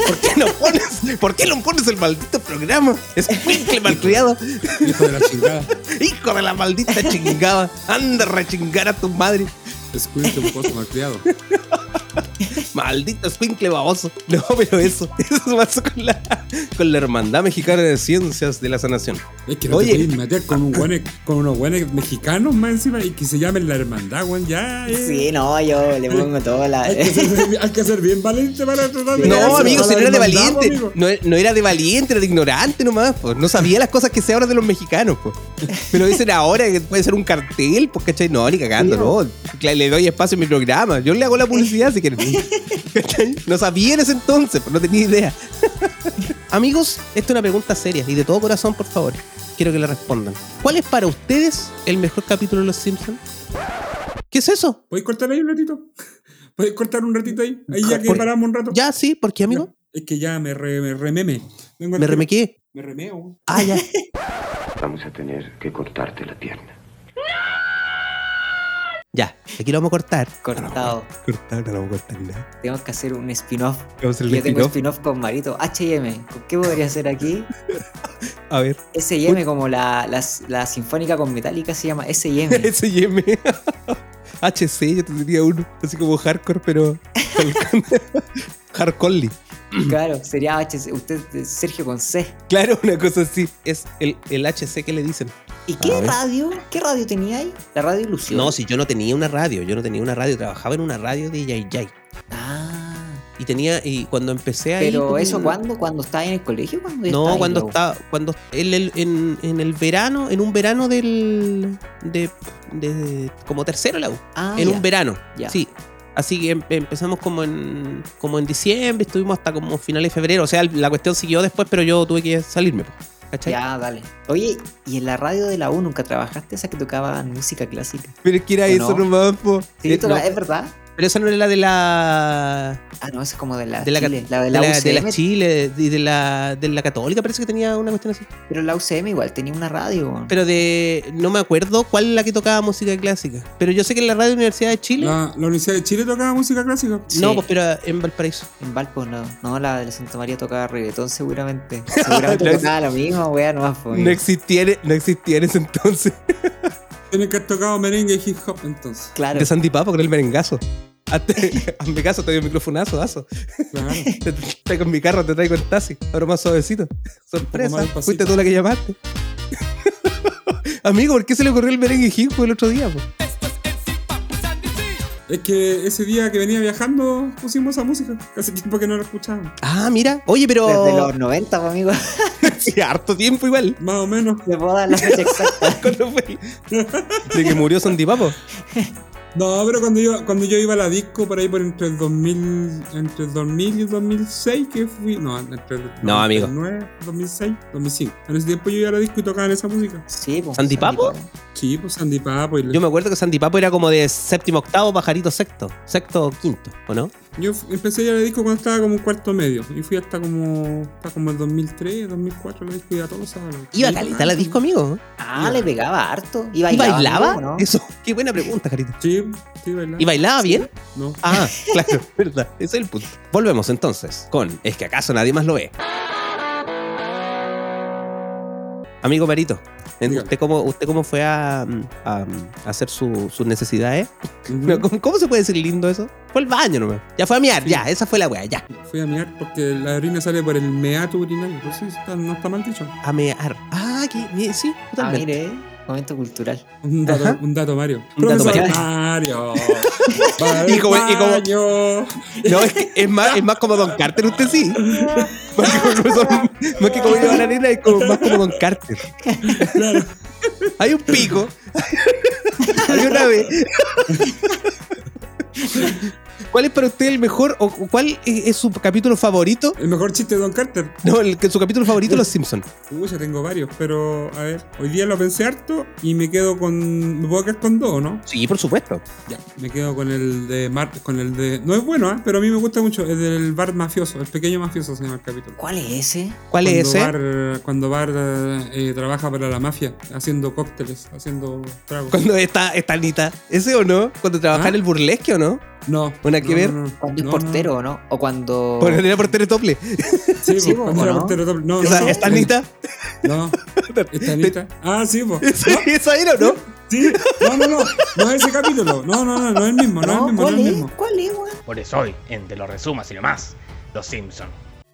¿por qué no pones, ¿por qué no pones el maldito programa? Es
<laughs>
pinche malcriado,
Hijo de la chingada.
hijo de la maldita chingada, anda a rechingar a tu madre,
Escucho un pozo malcriado.
maldito escuincle baboso. No, pero eso, eso pasó con la, con la Hermandad Mexicana de Ciencias de la Sanación.
Es que no
Oye.
te podéis meter con, un guane- con unos guanes mexicanos más encima y que se llamen la hermandad, weón. Ya, eh.
Sí, no, yo le pongo toda la.
Hay que, ser, <laughs> hay que ser bien valiente para tratar de.
Pero
eh. No,
eso
amigo,
la
si no era de
hermandad,
valiente,
amigo.
no, no era de valiente, era de ignorante nomás, po. no sabía las cosas que se hablan de los mexicanos. Po. Me lo dicen ahora, que puede ser un cartel, pues cachai, no, ni cagando, no. Cla- Le doy espacio en mi programa, yo le hago la publicidad si quieren. ¿Cachai? No sabía en ese entonces, pues no tenía idea. <laughs> Amigos, esta es una pregunta seria y de todo corazón, por favor, quiero que la respondan. ¿Cuál es para ustedes el mejor capítulo de Los Simpsons? ¿Qué es eso?
¿Podéis cortar ahí un ratito? <laughs> ¿Podéis cortar un ratito ahí? Ahí ya que
Por-
paramos un rato.
Ya, sí, ¿por qué, amigo?
Es que ya me, re- me rememe. Vengo
¿Me
al-
remequé?
Me remeo.
Ah, ya.
Vamos a tener que cortarte la pierna.
Ya, aquí lo vamos a cortar.
Cortado.
cortar, no lo vamos a cortar nada.
Tenemos que hacer un spin-off.
Vamos a hacer
Yo
el
tengo
spin-off.
spin-off con Marito. HM. ¿Con qué podría hacer aquí?
A ver, <laughs>
SM, como la, la, la sinfónica con metálica se llama <laughs> SM.
<laughs> S&M. HC, yo tendría uno. Así como hardcore, pero. <laughs> Hardcore.
claro, sería HC. Usted, eh, Sergio con C.
Claro, una cosa así. Es el, el HC que le dicen.
¿Y
A
qué
ver.
radio? ¿Qué radio tenía ahí? La radio Ilusión.
No, si yo no tenía una radio. Yo no tenía una radio. Trabajaba en una radio de Yay Yay.
Ah, mm.
Y tenía. Y cuando empecé ahí.
pero
tenía
eso
un-
cuándo? ¿Cuándo estaba en el colegio? ¿Cuándo ya
No,
ahí,
cuando
luego?
estaba. Cuando el- el- en, en el verano, en un verano del. de. de como tercero la U.
Ah,
en
ya,
un verano.
ya.
Sí. Así que em- empezamos como en, como en diciembre, estuvimos hasta como finales de febrero. O sea, el- la cuestión siguió después, pero yo tuve que salirme. po, ¿Cachai?
Ya, dale. Oye, ¿y en la radio de la U nunca trabajaste esa que tocaba música clásica?
Pero es que era
¿O
eso
no?
nomás, po.
Sí,
Eh,
toca-
no,
¿Es verdad?
Pero esa no era la de la.
Ah, no, esa es como de la
de la,
Chile, la de
de
la,
la- de
UCM.
la Chile y de la, de la Católica, parece que tenía una cuestión así.
Pero la UCM igual tenía una radio. weón.
Pero de. No me acuerdo cuál es la que tocaba música clásica. Pero yo sé que en la radio de la Universidad de Chile.
La, la Universidad de Chile tocaba música clásica.
No,
Sí.
pues pero en Valparaíso.
En Valpo no. No, la de Santa María tocaba reggaetón
<laughs>
seguramente. Seguramente
No
tocaba lo mismo, weá, nomás. po,
No existía, en- no existía en ese entonces.
Tienen que haber tocado merengue y hip hop
<laughs>
entonces.
Claro.
De Sandy Papo con el merengazo. Hazte- <laughs> Hazme caso, te doy un microfonazo, aso.
Claro.
Te traigo en mi carro, te traigo el taxi. Ahora más suavecito.
Un poco
Sorpresa.
más despacito.
Fuiste tú la que llamaste. <laughs> Amigo, ¿por qué se le ocurrió el merengue hip hop el otro día? po?
Es que ese día que venía viajando pusimos esa música. Hace tiempo que no la escuchábamos.
Ah, mira. Oye, pero.
Desde los 90, po, amigo. <laughs>
Sí, <laughs> harto tiempo igual.
<laughs> Más o menos.
Te puedo dar la fecha
<laughs>
exacta.
¿Cuándo fue? De que murió Sandy Papo.
No, pero cuando yo, cuando yo iba a la disco por ahí por entre el 2000, entre el 2000 y el 2006 que fui, no, entre el
No, amigo.
2009, 2006, 2005. En ese tiempo yo iba a la disco y tocaban esa música.
Sí, po,
¿Sandy Papo?
Sí, pues Sandy Papo y
Yo me acuerdo que Sandy Papo era como de séptimo, octavo, pajarito sexto. Sexto, quinto, ¿o no?
Yo f- empecé a ir a la disco cuando estaba como un cuarto medio. Y fui hasta como, hasta como el 2003, 2004 la disco y a todos los sábados.
Iba a
Ahí
caleta
tocaba.
la disco, amigo.
Ah, le pegaba harto. ¿Y
¿Y
bailaba?
bailaba?
amigo, ¿no?
Eso, qué buena pregunta, Jarito.
Sí, sí, bailaba.
¿Y bailaba bien? <laughs>
No.
Ah, claro, verdad. Ese es el punto. Volvemos entonces con ¿Es que acaso nadie más lo ve? Amigo Marito,
Dígame.
¿usted cómo, ¿usted cómo fue a, a- a hacer su- sus necesidades?
Ujú.
No, ¿Cómo, cómo se puede decir lindo eso? Fue al baño nomás. Ya fue a miar, ya, esa fue la wea, ya.
Fui a mear porque la orina sale por el meato urinario. No sé si está- no está mal dicho.
A mear. Ah, que mi- sí,
Ah,
totalmente.
mire, momento cultural.
Un
Ajá.
dato, un dato Mario.
Un dato <laughs>
Profesor Mario. Va al
Y como- y como-
baño.
No, es que es más, es más como Don Carter, usted sí. Más que como, el profesor- más que como yo a la arena, es como, más como Don Carter.
Claro.
Hay un pico. Hay una vez. ¿Cuál es para usted el mejor o o cuál es, es su capítulo favorito?
El mejor chiste de Don Carter.
No, el, que- su capítulo favorito Los Simpsons.
Uy, ya tengo varios, pero a ver. Hoy día lo pensé harto y me quedo con. Me puedo quedar con dos, ¿no?
Sí, por supuesto.
Ya. Me quedo con el de Mar, con el de. No es bueno, ¿ah? Pero a mí me gusta mucho. El del bar mafioso, el pequeño mafioso se llama el capítulo.
¿Cuál es ese?
¿Cuál
cuando
es ese?
Bar, cuando Bar eh, trabaja para la mafia, haciendo cócteles, haciendo tragos.
Cuando está, está Anita. ¿Ese o no? Cuando trabaja
¿Ah?
en el burlesque o no?
No.
¿Una que
no,
ver?
no, no.
Cuando
No,
es
no.
portero, ¿o ¿no? O cuando.
Cuando era portero de tople.
Sí,
Sí,
sí
po,
cuando era
¿no?
portero doble. No, no,
Esa-
no.
¿Está
<laughs>
Anita? <laughs>
No, está Anita. Ah, sí, po. No,
¿Esa era o no?
sí. No, no, no. No es ese capítulo. No, no, no, no es el mismo, no, es el mismo, no
¿cuál
es el
es?
mismo.
¿Cuál es, weón?
Por eso hoy, en Te lo resumas y lo más, Los Simpson.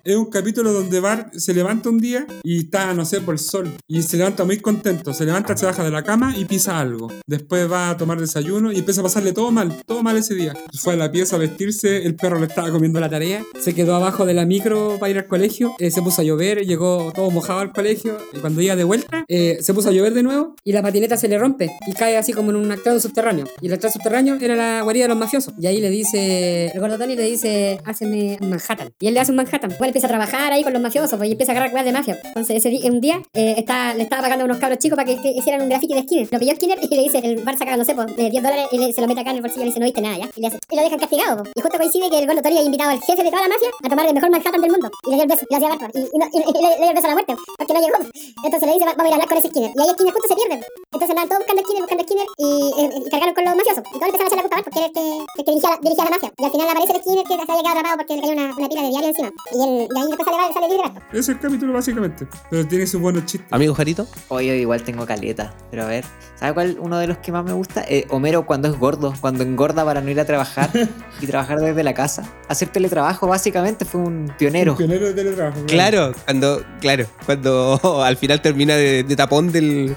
Es un capítulo donde Bart se levanta un día y está, no sé, por el sol. Y se levanta muy contento. Se levanta, se baja de la cama y pisa algo. Después va a tomar desayuno y empieza a pasarle todo mal, todo mal ese día. Fue a la pieza a vestirse, el perro le estaba comiendo la
tarea. Se quedó abajo de la micro para ir al colegio. eh, se puso a llover, llegó todo mojado al colegio. Y cuando iba de vuelta, eh, se puso a llover de nuevo y la patineta se le rompe y cae así como en un actado subterráneo. Y el actado subterráneo era la guarida de los mafiosos. Y ahí le dice, el gordo Tony le dice, hazme un Manhattan. Y él le hace un Manhattan. Bueno, empieza a trabajar ahí con los mafiosos pues, y empieza a agarrar weas de mafia. Entonces, ese di- un día eh, está, le estaba pagando a unos cabros chicos para que, que hicieran un graffiti de Skinner. Lo pilló Skinner y le dice, el Bar saca, no sé, pues, eh, 10 dólares y le- se lo mete acá en el bolsillo y le dice, no viste nada, ¿ya? Y, le hace- y lo dejan castigado, po. Y justo coincide que el gordo Tony ha invitado al jefe de toda la mafia a tomar el mejor Manhattan del mundo. Y le dio el beso, y lo hacía Barton. Y, y no- y- y le, le dio el beso a la muerte, pues, porque no llegó. Entonces le dice, "Va- vamos a ir a hablar con ese Skinner. Y ahí Skinner justo se pierde. pues. Entonces andaban todos buscando a Skinner, buscando a Skinner y, eh, y cargaron con los mafiosos. Y todos empezaron a hacer la culpa a Bart porque era el que, el que dirigía, la, dirigía la mafia. Y al final aparece el Skinner que se había quedado atrapado porque le cayó una, una pila de diario encima. Y, él, y ahí después sale, sale libre Bart.
Es el capítulo básicamente. Pero tiene sus buenos chistes.
Amigo Jarito.
Hoy hoy igual tengo caleta, pero a ver, ¿sabes cuál uno de los que más me gusta? Eh, Homero cuando es gordo, cuando engorda para no ir a trabajar y trabajar desde la casa. Hacer teletrabajo básicamente fue un pionero.
Pionero de teletrabajo.
Claro, cuando, claro, cuando <laughs> al final termina de, de tapón del,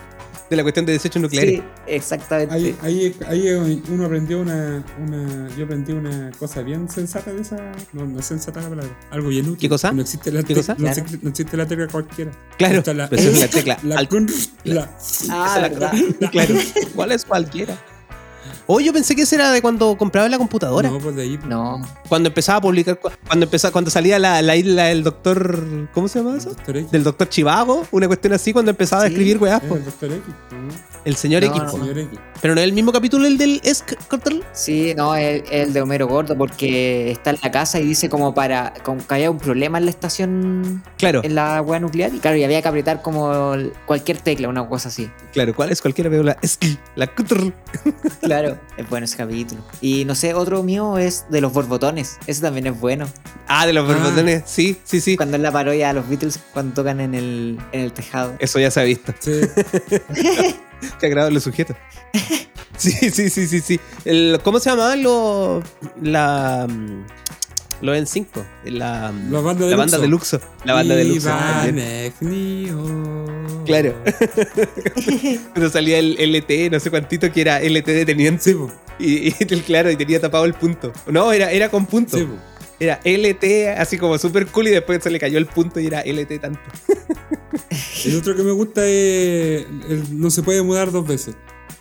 de la cuestión de desechos nucleares.
Sí, exactamente.
Ahí, ahí, ahí uno aprendió una, una. Yo aprendí una cosa bien sensata de esa. No, no es sensata la palabra. Algo bien útil.
¿Qué cosa?
No existe la,
¿Qué
te-
cosa?
No, existe, no existe la tecla cualquiera.
Claro,
Está la- E,
pero <laughs> esa es la tecla.
La,
al-
con- la-
<laughs>
ah, verdad.
claro, ¿cuál es cualquiera? Hoy yo pensé que ese era de cuando compraba la computadora.
No, pues de ahí.
No.
Cuando empezaba a publicar, cu- cuando empezaba, cuando salía la, la isla del doctor. ¿Cómo se llama eso?
Doctor X.
Del doctor Chivago, una cuestión así, cuando empezaba a
Sí.
escribir weá.
Es el Doctor X. ¿no?
El señor
No,
X,
no,
po.
Señor X.
Pero no es el mismo capítulo el del Esk Cortel.
Sí, no, el, el de Homero Gordo, porque está en la casa y dice como para. Como que había un problema en la estación.
Claro,
En la hueá nuclear. Y claro, y había que apretar como el- cualquier tecla, una cosa así.
claro, ¿cuál es? Cualquiera veo la Esk, la Cortel.
Claro. Es bueno ese capítulo. Y no sé, otro mío es de los borbotones. Ese también es bueno.
Ah, de los
Ah.
borbotones. Sí, sí, sí.
<laughs> Cuando es la parodia a los Beatles cuando tocan en el, en el tejado.
Eso ya se ha visto. <laughs>
Sí.
Qué agradable
<laughs>
sujeto. Sí, sí, sí, sí, sí. El- ¿Cómo se llamaban los. La. mm, Los en 5 La, mm,
La banda de
la banda de Luxo. La banda de Luxo. también. Claro. Cuando salía el LT, no sé cuántito, que era LT de teniente.
sí, pues, po,
<laughs> Y, y el- claro, y tenía tapado el punto. No, era, era con punto.
sí, pues. po.
Era LT, así como super cool, y después se le cayó el punto y era LT tanto.
El otro que me gusta es. el no se puede mudar dos veces.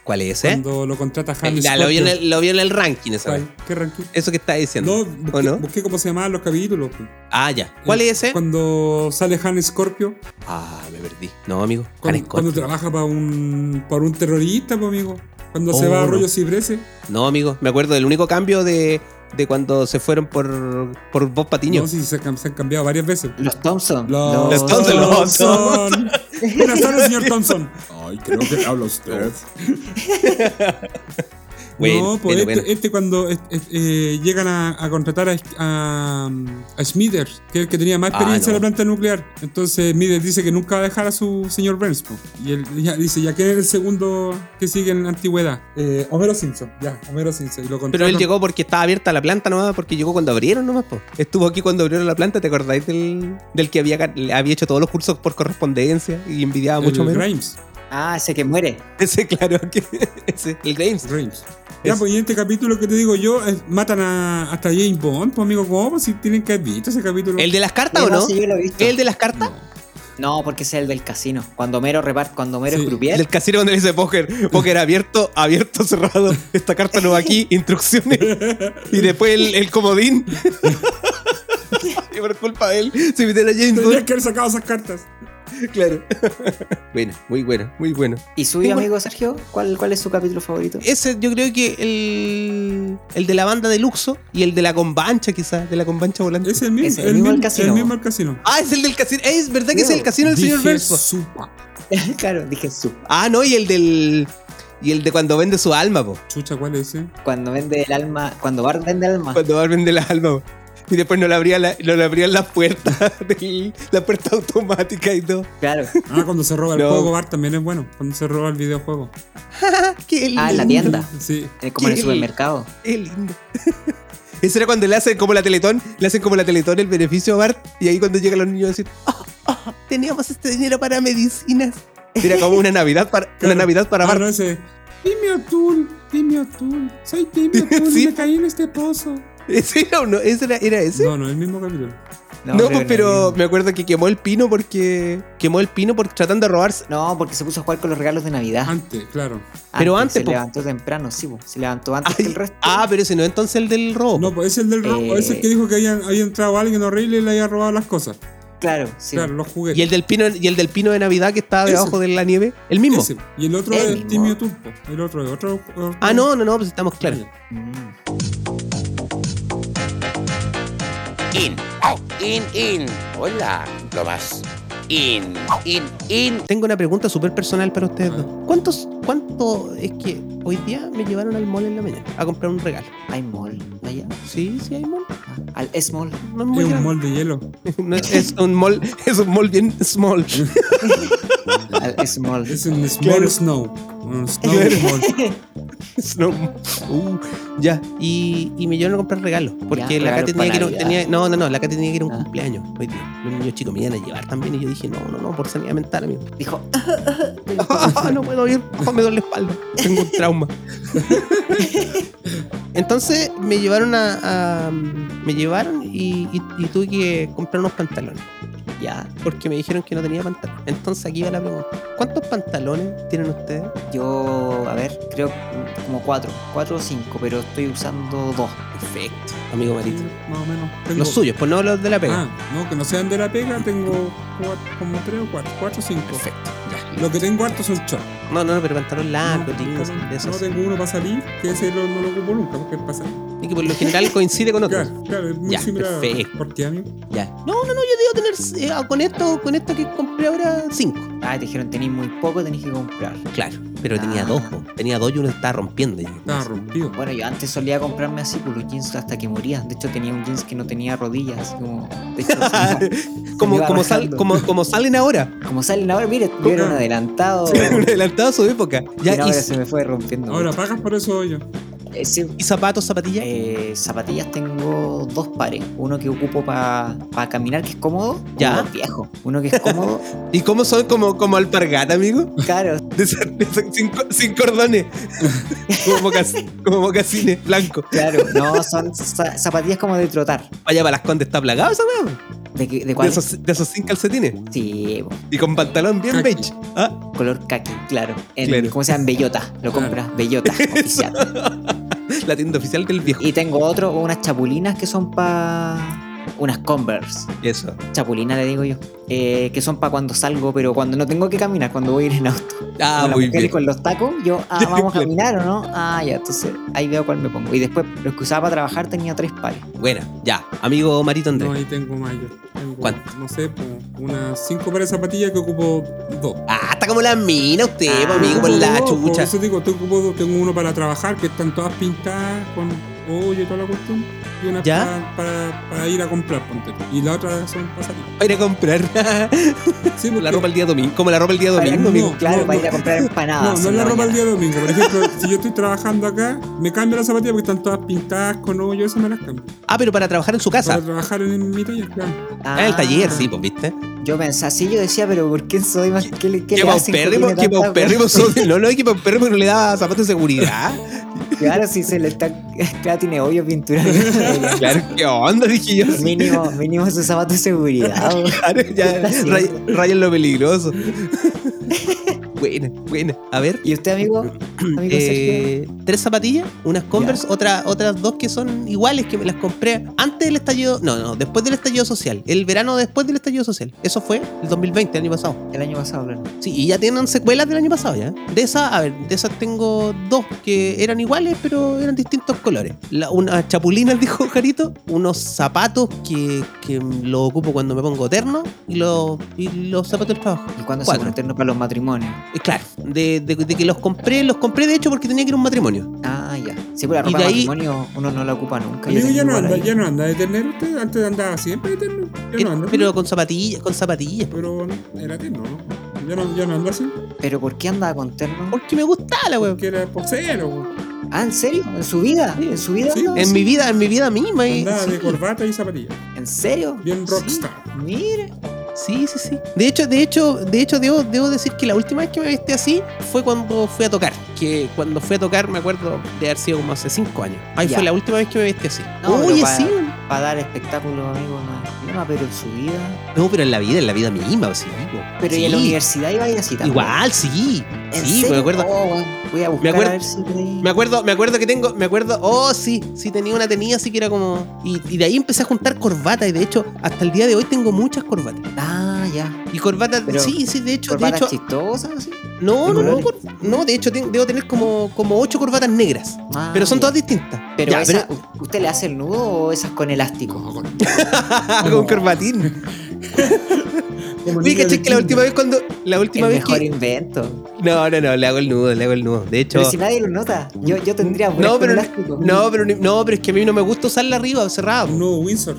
¿Cuál es ese?
Cuando lo contrata Harry
Ya, lo, vio en el, lo vio en el ranking esa vez.
¿Cuál? ¿Qué ranking?
Eso que está diciendo.
No,
¿O
busqué,
no?
busqué cómo se llamaban los capítulos. po.
Ah, ya. ¿Cuál es ese?
Cuando sale Han Scorpio.
Ah, me perdí. No, amigo. Han
Cuando,
Scott.
cuando trabaja para un, para un terrorista, po, amigo. Cuando se
Oh,
va a
no.
rollo ciprese.
No, amigo. Me acuerdo del único cambio de, de cuando se fueron por, por Bob Patiño.
No, sí, se, cam- se han cambiado varias veces.
Los Thompson.
Los,
Los Thompson, los
Thompson. <laughs> Buenas tardes, señor Thompson. Ay, creo que habla usted.
Bueno,
no, pues
<laughs> bueno,
este,
bueno.
este cuando es- es- eh, llegan a, a contratar a, a, a Smithers, que es el que tenía más
Ah,
experiencia en
no.
la planta nuclear. Entonces Smithers dice que nunca va a dejar a su señor Burns. po. Y él ya dice, ¿ya quién es el segundo que sigue en la antigüedad? Eh, Homero Simpson, ya, Homero Simpson. Y lo
Pero él
contratan.
llegó porque estaba abierta la planta nomás, porque llegó cuando abrieron nomás. po. Estuvo aquí cuando abrieron la planta, ¿te acordáis del, del que había, gan- había hecho todos los cursos por correspondencia y envidiaba mucho
el
menos?
Grimes.
Ah, ese que muere.
<laughs> Ese, claro, que, ese, el Grimes.
Grimes. Ya,
Es-
pues y en este capítulo que te digo yo, eh, matan a, hasta James Bond, pues amigo, ¿cómo? Pues, Si tienen que haber visto ese capítulo.
¿El de las cartas
Sí,
Ah, o no?
sí, yo lo he visto.
¿El de las cartas?
No, porque ese es el del casino. Cuando Homero reparte, cuando Homero
Sí,
es croupier,
El del casino donde dice póker, póker abierto, abierto, cerrado. Esta carta no va aquí, instrucciones. Y después el, el comodín. y por culpa de él, se metió a James
Tendrían <laughs>
Bond.
que haber sacado esas cartas.
Claro. bueno, muy bueno, muy bueno.
¿Y suyo, amigo Sergio? ¿Cuál, ¿Cuál es su capítulo favorito? <laughs>
Ese yo creo que el, el de la banda de Luxo y el de la combancha, quizás, de la combancha volante.
Es el mismo.
Es el mismo al casino.
El mismo al casino.
Ah, es el del casino. Eh, Es verdad que es el casino del señor
Dije
Verso.
su-
claro, dije su.
Ah, no, y el del. Y el de cuando vende su alma, po.
Chucha, ¿cuál es ese?
Cuando vende el alma, cuando Bart vende el
<laughs>
alma.
Cuando Bart vende las almas. Y después no le abrían la, no le abrían las puertas, <laughs> del- la puerta automática y todo. <laughs>
Claro.
Ah, cuando se roba el
No.
juego, Bart también es bueno. Cuando se roba el videojuego.
Qué
Ah, en la
lindo,
tienda.
Sí.
eh, Como en el
Qué-
supermercado.
Qué lindo. <laughs> Ese era cuando le hacen como la Teletón, le hacen como la Teletón el beneficio a Bart. Y ahí cuando llegan los niños decir, ah, ah, teníamos este dinero para medicinas. Era como una Navidad para, una
Claro.
Navidad para
Ah,
Bart. <laughs>
no, ese. Timmy O'Toole, Timmy O'Toole. Soy Timmy
<laughs>
O'Toole
Sí.
y me caí en este pozo.
¿Ese era o no? ¿Ese era, era ese?
No, no, el mismo capítulo.
No, pues, pero me acuerdo que quemó el pino porque. Quemó el pino porque tratando de robarse.
No, porque se puso a jugar con los regalos de Navidad.
Antes, claro.
pero antes,
Se
po.
levantó temprano, sí, po. Se levantó antes que
Ay,
el resto.
ah, pero ese no es entonces el del robo.
No, pues es el del robo.
Eh.
Es el que dijo que había, había entrado alguien horrible y le había robado las cosas.
Claro, sí.
Claro, los juguetes.
Y el del pino, y el del pino de Navidad que estaba
Ese.
debajo de la nieve, el mismo.
Ese. Y el otro
El
es
mismo.
Timmy O'Toole. po. El otro es otro. otro-
Ah, no, no, no, pues estamos claros.
Mm.
In, out, in, in. Hola, lo más. In, in, in.
Tengo una pregunta súper personal para ustedes dos.
Ah.
¿Cuántos, cuánto es que hoy día me llevaron al mall en la mañana a comprar un regalo?
Hay mall. Allá.
Sí, sí hay mall.
Ah, Al es mall.
No es, muy
Es un
grande.
mall de hielo.
No, es un mall, es un mall bien
<laughs>
small.
Al es
<laughs>
mall.
Es un small
Claro.
snow. Un snow
Claro.
mall.
<laughs> Es no- uh, ya. Y, y me llevaron a comprar regalos. Porque
Ya,
la Cate
regalos para
tenía que ir a un-
Navidad.
tenía- no, no, no, la Cate tenía que ir a un
Ah.
cumpleaños hoy día. Los niños chicos me iban a llevar también. Y yo dije, no, no, no, por sanidad mental, amigo.
Dijo,
Ah, <laughs> no puedo ir, ah, me duele la espalda, tengo un <laughs> trauma. Entonces me llevaron a, a- me llevaron y, y- y tuve que comprar unos pantalones
ya.
porque me dijeron que no tenía pantalones. Entonces aquí va la pregunta: ¿cuántos pantalones tienen ustedes?
Yo, a ver, creo como cuatro, cuatro o cinco, pero estoy usando dos.
Perfecto, amigo Marito.
Más o menos. Tengo-
Los suyos, pues no los de la pega.
Ah, no, que no sean de la pega, tengo cuat- como tres o cuatro, cuatro o cinco.
Perfecto, ya.
Lo que tengo harto son shorts.
No, no, no, pero pantalón largo,
no,
jeans,
pantalón.
Ah, de
No,
esos.
tengo uno para salir, que ese lo- no lo ocupo nunca, porque pasa.
Y que por lo general coincide <laughs> con otros.
Claro, claro, es muy
Ya,
similar.
perfecto.
¿Por qué, amigo?
Ya. No, no, no, yo debo tener eh, ah, con esto, con esto que compré ahora cinco.
Ah, te dijeron tenéis muy poco, tenéis que comprar.
Claro, pero tenía
Ah.
dos, po. tenía dos y uno estaba rompiendo. ya.
Estaba rompido.
Bueno, yo antes solía comprarme así por los jeans hasta que moría. De hecho, tenía un jeans que no tenía rodillas. así Como, de hecho, se me- se
<laughs>
me
como,
iba
como, sal-
rajando.
como, como salen
<laughs>
ahora, <laughs>
Como salen ahora, mire, yo era un adelantado.
un adelantado a su época. Ya,
Ya,
y,
ahora se me fue rompiendo.
Ahora pagas por eso yo.
Eh, sí,
y zapatos, zapatillas.
eh, zapatillas tengo dos pares. Uno que ocupo para caminar, que es cómodo. como
Ya.
los viejos. Uno que es
<laughs>
cómodo.
¿Y cómo son? Como, como alpargata, amigo.
claro,
De esas- de esas sin, co- sin
<laughs>
cordones. como, mocac- como mocasines blancos.
claro. No, son za- zapatillas como de trotar.
Vaya, para las condes está plagado esa weá. po.
¿De, qué- de
De
cuál?
esos, de esos sin calcetines.
Sí, bo,
Y con pantalón bien
Aquí.
beige. Ah,
color caqui, claro. En,
Claro.
¿Cómo se llama? Bellota. Lo
Claro.
compras,
<laughs>
bellota oficial.
la tienda oficial del viejo.
Y tengo otro, unas chapulinas que son para. Unas Converse.
Eso.
Chapulinas le digo yo. eh, que son para cuando salgo, pero cuando no tengo que caminar, cuando voy a ir en auto.
Ah,
Con las
muy
mujeres
bien.
Con los tacos,
<laughs>
yo, ah,
Ya,
vamos a
claro.
caminar o no. Ah, ya, entonces ahí veo cuál me pongo. Y después, los que usaba para trabajar tenía tres pares.
Buena, ya. Amigo Marito Andrés.
No, ahí tengo más yo. Tengo,
¿Cuánto?
No sé, como unas cinco pares de zapatillas que ocupo dos.
Ah, está como la mina usted, po, amigo, por
Ocupo
la
dos, Por
chucha.
Ah, eso digo, estoy ocupo dos. tengo uno para trabajar, que están todas pintadas con hoyo y toda la cuestión. Y una
¿Ya?
Para, para, para ir a comprar, ponte. tú. Y la otra son para salir.
Para ir a comprar <laughs>
Sí,
la
porque-
ropa el día domingo. Como la ropa el día domingo,
<laughs>
no,
amigo.
no,
Claro,
no,
para ir a
no.
comprar
No,
empanadas.
no es
en
la ropa el
mañana.
día domingo. Por ejemplo, si yo estoy trabajando acá, me cambio las zapatillas porque están todas pintadas con hoyo, eso me las cambio.
Ah, pero para trabajar en su
Para
casa.
trabajar en mi taller, claro.
Ah, en el taller, sí, pues, ¿viste?
Yo pensaba, sí, yo decía, pero ¿por qué soy más? ¿Qué, le- qué
Que
le hacen que
paupérrimo,
tiene
que
tanta- <laughs>
paupérrimo son. No, no, que paupérrimo no le da zapatos de seguridad.
Claro, si se le está. Claro, tiene hoyos pinturados.
<laughs> claro, ¿qué onda? Dije yo. así.
<laughs> mínimo, mínimo su zapato de seguridad. bo.
Claro, ya.
Está así.
ray- Rayan lo peligroso. <laughs> buena, buena. A ver.
¿Y usted, amigo? Amigo Sergio.
eh, tres zapatillas, unas Converse, otra- otras dos que son iguales que me las compré antes del estallido, no, no, después del estallido social, el verano después del estallido social. Eso fue el 2020, el año pasado.
El año pasado, claro.
Sí, y ya tienen secuelas del año pasado ya. De esas, a ver, de esas tengo dos que eran iguales, pero eran distintos colores. La- unas chapulinas, <laughs> dijo Jarito, unos zapatos que, que lo ocupo cuando me pongo terno y, los- y los zapatos del trabajo.
¿Y cuándo se
Cuatro.
conterno para los matrimonios?
Eh, Claro, de, de- de que los compré, los compré de hecho porque tenía que ir a un matrimonio.
Ah, ya. Sí, pero la
Y
ropa
de
de
ahí-
matrimonio uno no la ocupa nunca. Yo
Amigo, ya
tengo
no,
igual
anda,
ahí.
ya no anda de tener usted, antes andaba siempre de tener. Ya no anda.
Eh, Pero con zapatillas, con zapatillas.
Pero no, era tierno, ¿no? Ya no, ya no anda así.
¿Pero por qué andaba con terno?
Porque me gustaba la weón.
Que era posero, güey.
Ah, ¿en serio? ¿En su vida? ¿En su vida?
Sí.
andaba
En
así?
mi vida, en mi vida misma. y-
andaba de
sí,
corbata y zapatillas.
¿En serio?
Bien
Sí.
rockstar.
Mire.
sí, sí, sí. De hecho, de hecho, de hecho, debo, debo decir que la última vez que me vestí así fue cuando fui a tocar. Que cuando fui a tocar me acuerdo de haber sido como hace cinco años. Ahí
Ya.
fue la última vez que me vestí así.
No,
Oye,
pero para-
sí, weón.
Para dar espectáculo, amigo, no hay problema, pero en su vida.
No, pero en la vida, en la vida misma, sí. weón.
Pero ¿y en la
Sí.
universidad iba a ir así también?
Igual, sí. Sí,
¿En
pues, me
serio?
acuerdo.
Oh, bueno, voy a buscar
acuerdo-
a ver si...
Me acuerdo, me acuerdo que tengo, me acuerdo, oh sí, sí tenía una tenía así que era como. Y, y de ahí empecé a juntar corbatas y de hecho, hasta el día de hoy tengo muchas corbatas.
Ah, ya.
Y corbatas,
Pero,
sí, sí, de hecho, de
¿Corbatas
hecho.
chistosas así?
No,
de
no, no,
colores.
cor- no, de hecho ten- debo tener como, como ocho corbatas negras.
Ah,
Pero son
ya.
todas distintas.
Pero,
Ya, <laughs>
esa- u- ¿usted le hace el nudo o esas con elástico?
pero- ah, con corbatín. Oye, caché que la última vez cuando. La última
el
vez
mejor
que.
invento.
No, no, no, le hago el nudo, le hago el nudo. De hecho.
Pero si nadie lo nota, yo, yo tendría puras
No,
con
pero-
elástico.
No, pero ni- no, pero es que a mí no me gusta usarla arriba, cerrado.
No, Windsor.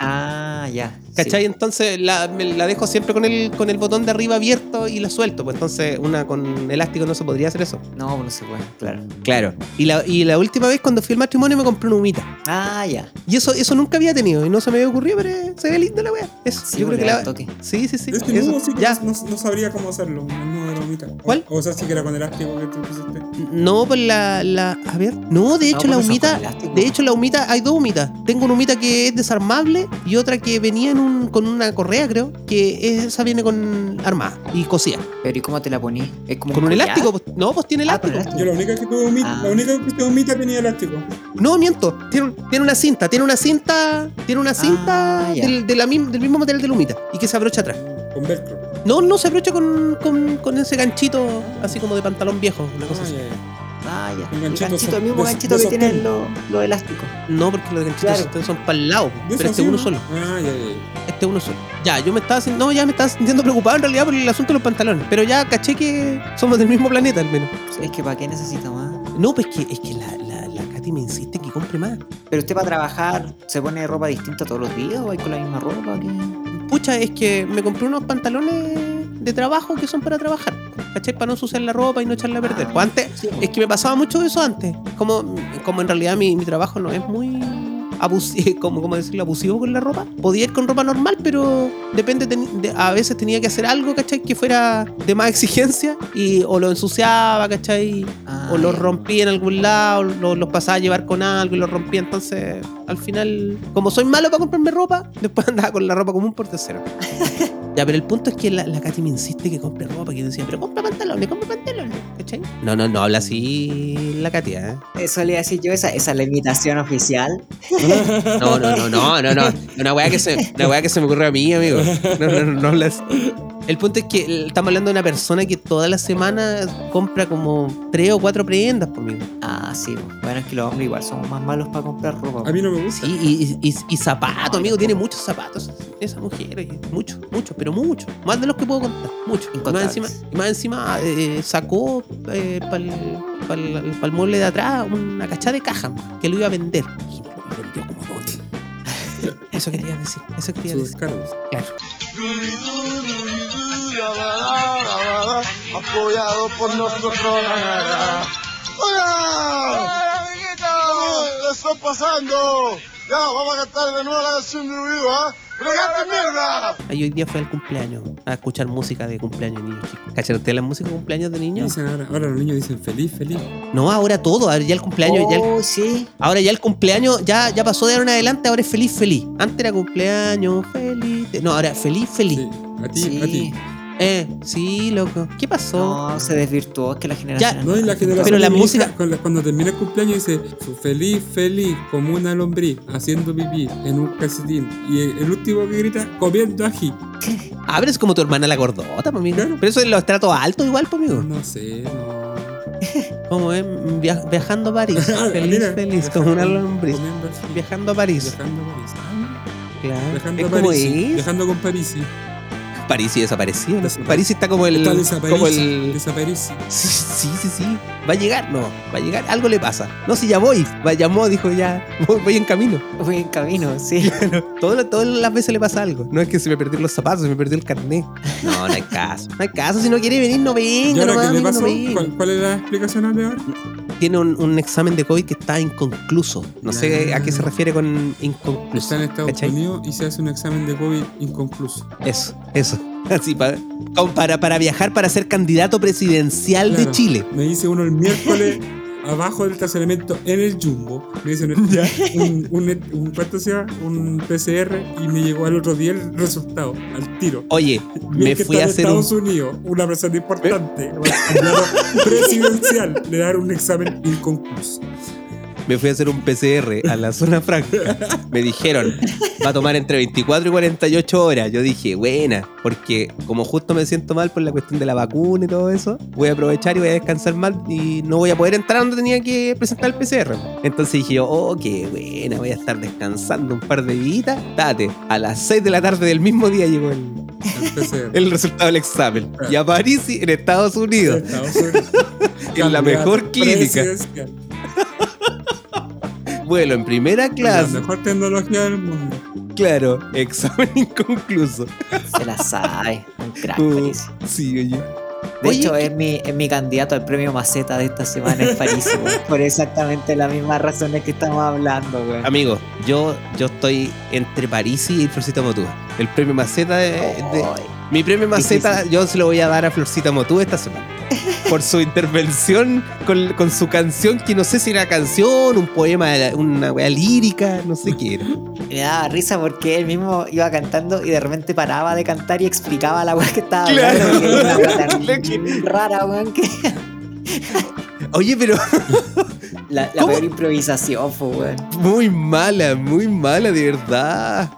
Ah, ya. sí.
¿Cachai? Entonces la, me la dejo siempre con el, con el botón de arriba abierto y la suelto. Pues entonces una con elástico no se podría hacer eso.
No, pues no se puede, claro.
Claro. Y la, y la última vez cuando fui al matrimonio me compré una humita.
Ah, ya.
Y eso, eso nunca había tenido y no se me había ocurrido, pero eh, se ve linda la wea. Eso,
Sí, pues
yo creo que la...
toque.
Sí, sí, sí.
Es que
eso.
no, Este sí que
ya.
no, no sabría cómo hacerlo. No de la humita. O-
¿Cuál?
O, sea, sí que era con elástico que tú pusiste.
No, pues la, la... A ver. No, de hecho la
No, pues no son
humita...
con elástico.
De hecho la humita, hay dos humitas. Tengo una humita que es desarmable y otra que que venía en un- con una correa, creo, que esa viene con armada y cosía.
Pero ¿y cómo te la poní? ¿Es como
Con un
collar?
elástico, pues. no, pues tiene
Ah, con
elástico.
elástico.
Yo la única que tuve
Ah.
humita, la única que tuve humita tenía elástico.
No, miento, tiene, un- tiene una cinta, tiene una cinta, tiene una cinta
Ah, ya.
del, de la mim- del mismo material de lumita y que se abrocha atrás.
Con velcro.
No, no se abrocha con, con- con ese ganchito así como de pantalón viejo, una cosa
Ah,
así.
ya, ya.
Vaya.
Un
Ah, El
ganchito
ganchito, el
de-
mismo
de-
ganchito
de
que tienen
sostén.
los los elásticos.
No, porque los ganchitos
Claro.
ustedes son para el lado,
¿De
pero
eso
este
sí,
uno
no?
solo,
Ah, ya, ya, ya.
este uno solo. Ya, yo me estaba sin- no, ya me estaba sintiendo preocupado en realidad por el asunto de los pantalones, pero ya caché que somos del mismo planeta al menos.
Es que ¿para qué necesita más?
No, pues que, es que la, la, la Katy me insiste que compre más.
Pero usted para trabajar, ¿se pone ropa distinta todos los días o hay con la misma ropa? ¿Qué?
Pucha, es que me compré unos pantalones de trabajo que son para trabajar. ¿Cachai? Para no ensuciar la ropa y no echarla a perder. Pues antes,
Sí,
es que me pasaba mucho eso antes. Como, como en realidad mi, mi trabajo no es muy <laughs> abusivo, como, como decirlo, abusivo con la ropa. Podía ir con ropa normal, pero depende, teni- de- a veces tenía que hacer algo, ¿cachai? Que fuera de más exigencia y o lo ensuciaba, ¿cachai?
Ah,
o los
ya.
rompí en algún lado, los los pasaba a llevar con algo y los rompí. Entonces, al final, como soy malo para comprarme ropa, después <laughs> andaba con la ropa común por <laughs> tercero. ya, pero el punto es que la, la Katy me insiste que compre ropa, que yo decía, pero compra pantalones, compra pantalones, ¿cachai? No, no, no habla así la Katy, ¿eh?
Eso le iba a decir yo, esa, esa es la imitación oficial.
No, no, no, no, no, no. Una weá que se, una weá que se me ocurre a mí, amigo. No, no, no, no hablas. El punto es que eh, estamos hablando de una persona que toda la semana compra como tres o cuatro prendas, pues, por mí.
Ah, sí. Bueno, es que los hombres igual somos más malos para comprar ropa. pues.
A mí no me gusta.
Sí, y, y, y- y zapatos, amigo, tiene muchos zapatos esa mujer, oye, muchos, muchos, pero muchos, más de los que puedo contar, muchos. Y más
Incontables.
encima, y más encima eh, sacó eh, para el mueble de atrás una cachada de caja man, que lo iba a vender. Y lo vendió como dos. Eso quería decir, eso quería
Sus
decir.
descargos.
Claro.
oh, apoyado por nosotros. ¡Hola! ¿Cómo la están pasando? Ya, vamos a cantar de nuevo la canción de Ruido, ¿ah? ¡Regate mierda!
Ay, hoy día fue al cumpleaños, a escuchar música de cumpleaños de niños, chicos. ¿Cacharon ustedes la música de cumpleaños de niños?
Dicen ahora, ahora los niños dicen feliz, feliz.
No, ahora todo, ahora ya el cumpleaños, ya el
Oh, sí.
Ahora ya el cumpleaños ya, ya pasó de ahora en adelante, ahora es feliz, feliz. Antes era cumpleaños, feliz. te- No, ahora feliz, feliz.
Sí. A ti,
Sí.
a ti.
Eh, sí, loco. ¿Qué pasó?
No, se desvirtuó, es que la generación...
Ya.
No, y la generación
Pero la
de mi
música-
hija, con la- cuando termina el cumpleaños dice feliz, feliz, como una lombriz, haciendo pipí en un calcetín. Y el, el último que grita, comiendo ají.
Ah, pero es como tu hermana la gordota, pues, amigo.
Claro.
Pero eso es los tratos altos igual, pues, amigo.
No
<laughs>
sé, no.
Como es Via- viajando a París.
<laughs> Ah,
feliz,
mira,
feliz, como una lombriz.
Comiendo ají.
Viajando a París.
Viajando a París. Ah,
Claro.
Viajando
es
a
como
París.
es.
Viajando con París.
París y desaparecido. ¿no?
Desaparecido.
París está como el.
Está
como
desaparecido.
el.
Desaparecido.
Sí, sí, sí, sí. Va a llegar, no. Va a llegar. Algo le pasa. No, si ya voy. Va, llamó, dijo ya. <laughs> Voy, voy en camino.
Voy en
<laughs>
camino, sí.
Todo lo- todas las veces le pasa algo. No es que se me perdió los zapatos, se me perdió el
<laughs>
carnet. No, no hay caso. No hay caso. Si no quiere venir, no
¿Y
venga. nomás,
ahora qué le
amigo,
pasó?
no venga.
¿Cuál, cuál es la explicación de ahora?
Tiene un, un examen de COVID que está inconcluso. No sé
Ah.
a qué se refiere con inconcluso.
Está en Estados
¿Cachai?
Unidos y se hace un examen de COVID inconcluso.
Eso, eso. <laughs> Así para, como para, para viajar para ser candidato presidencial de
Claro.
Chile.
Me dice uno
<laughs>
el miércoles abajo del estacionamiento en el Jumbo. Me
<laughs>
dicen un, un, un, ¿cuánto se llama? un PCR y me llegó al otro día el resultado, al tiro.
Oye,
Bien
me
que
fui
está
a
en
hacer un. ¿Eh?
Estados Unidos, una persona
<laughs>
importante, candidato presidencial, le dar un examen inconcluso.
Me fui a hacer un PCR a la zona franca. Me dijeron, va a tomar entre 24 y 48 horas. Yo dije, buena, porque como justo me siento mal por la cuestión de la vacuna y todo eso, voy a aprovechar y voy a descansar mal y no voy a poder entrar donde tenía que presentar el PCR. Entonces dije yo, oh, qué buena, voy a estar descansando un par de días. Date, a las 6 de la tarde del mismo día llegó el, <laughs>
El PCR.
el resultado del examen. Y a París, en Estados Unidos,
Estados Unidos.
<laughs> en la mejor clínica,
Presidencial.
vuelo en primera
La
clase.
mejor tecnología del mundo.
Claro, <laughs> examen inconcluso.
Se la sabe. Un crack,
Uh,
París.
sí, oye.
De
Oye,
hecho,
¿qué-
es mi, es mi candidato al premio Maceta de esta semana
<laughs>
en París, güey. Por exactamente las mismas razones que estamos hablando, güey.
Amigo, yo, yo estoy entre París y Florcita Motúa. El premio Maceta de, de-
Ay,
<laughs>
Mi premio Maceta yo se lo voy a dar a Florcita Motúa esta semana. por su intervención con, con su canción, que no sé si era canción, un poema, una weá lírica, no sé qué era.
Me daba risa porque él mismo iba cantando y de repente paraba de cantar y explicaba la weá que estaba hablando.
Claro.
porque era una
<laughs>
weá tan
Lo que-
rara, weón, que.
Oye, pero <laughs>
La, la
¿Cómo?
peor improvisación, fue, weón.
muy mala, muy mala, de verdad.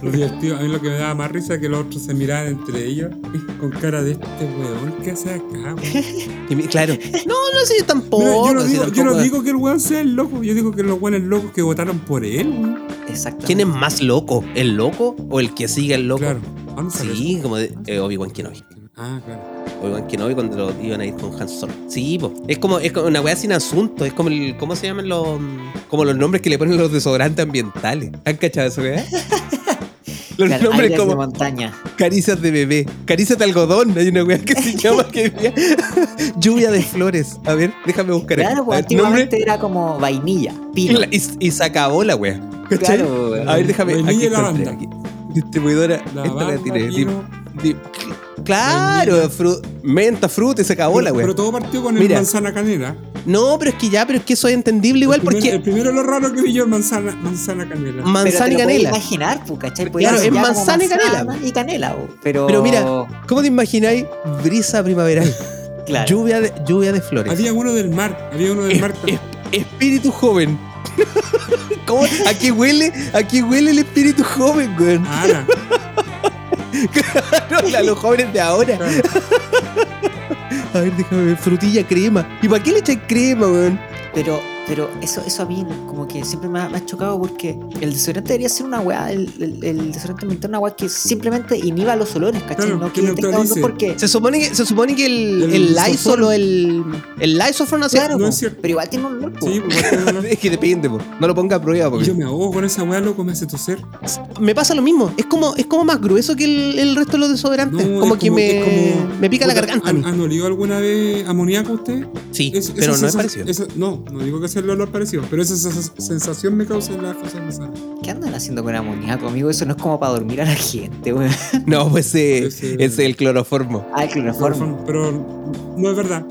Lo divertido, a mí lo que me daba más risa es que los otros se miraban entre ellos con cara de este weón que hace acá. weón?". Mira,
Y mi- claro. No, no sé, tampoco.
yo, no
sí,
digo, yo no
tampoco.
digo que el weón sea el loco, yo digo que los weones locos que votaron por él. weón.
Exactamente.
¿Quién es más loco? ¿El loco o el que sigue al loco?
Claro, vamos a
Sí, como de, eh, Obi-Wan Kenobi.
Ah, claro.
Obi-Wan Kenobi cuando lo iban a ir con Han Solo. Sí, po. Es como, es como una weá sin asunto. Es como el. ¿Cómo se llaman los. como los nombres que le ponen los desodorantes ambientales? ¿Han cachado eso,
<laughs>
weá? Los
Claro,
nombres
aires de
como
montaña.
caricias de bebé, caricias de algodón. Hay una weá que
<laughs>
se llama que <laughs> lluvia de flores. A ver, déjame buscar. aquí.
Claro,
A
pues
ver, nombre
antiguamente era como vainilla,
y,
pino.
la- y- y se acabó la weá. ¿Cachai? Ah,
Claro, weón.
A ver, déjame.
Vainilla
Aquí
y
encontré,
lavanda.
aquí. Distribuidora. esta
La
la
banda,
tiene. di-
vino,
di- claro, fru- menta, fruta y se acabó la
pero,
weá.
pero todo partió con el
Ah, Mira.
manzana canela.
No, pero es que ya, pero es que eso es entendible igual
el primer-
porque
El primero lo raro que vi yo es manzana, manzana canela.
Pero
manzana y
te lo podías
canela.
imaginar, pues, ¿cachai?
Claro,
Podías
es
ya como
manzana y canela.
y canela, po. Pero,
Pero mira, ¿cómo te imagináis brisa primaveral?
claro.
Lluvia de, lluvia de flores.
Había uno del mar, había uno del mar.
Es- espíritu joven. <laughs> ¿Cómo? ¿A qué huele? ¿A qué huele el espíritu joven, <laughs> güey?
Ara,
a los jóvenes de ahora.
claro.
A ver, déjame ver. Frutilla crema. ¿Y para qué le echan crema, weón?
Pero, pero eso, eso a mí como que siempre me ha, me ha chocado porque el desodorante debería ser una weá, el, el, el desodorante ambiental una weá que simplemente inhiba los olores, ¿cachai?
Claro,
no
que
que tenga olor
neutralice.
porque...
Se supone que, se supone que el,
El
el, Lysol o el. El Lysol no hace
Claro,
No
po,
es cierto.
pero igual tiene un olor, po.
Sí, pues,
<laughs>
bueno, no, no.
Es que depende, po. No lo ponga a prueba, porque.
yo me ahogo con esa weá, loco, me hace toser.
me pasa lo mismo. Es como, es como más grueso que el, el resto de los desodorantes.
No,
como
es
que me,
es como-
me pica la
Puta,
garganta. a
¿Han,
mí.
han olido alguna vez amoníaco usted?
sí,
Es-
pero
esa
no es
sensa-
parecido.
esa- no, no digo que sea el olor parecido, pero esa sens- sensación me causa en la fosa nasal.
¿Qué andan haciendo con amoníaco, amigo? Eso no es como para dormir a la gente,
<laughs>
weón.
No, pues eh,
Ese-
ese es el cloroformo.
Ah, el cloroformo.
Pero no es verdad.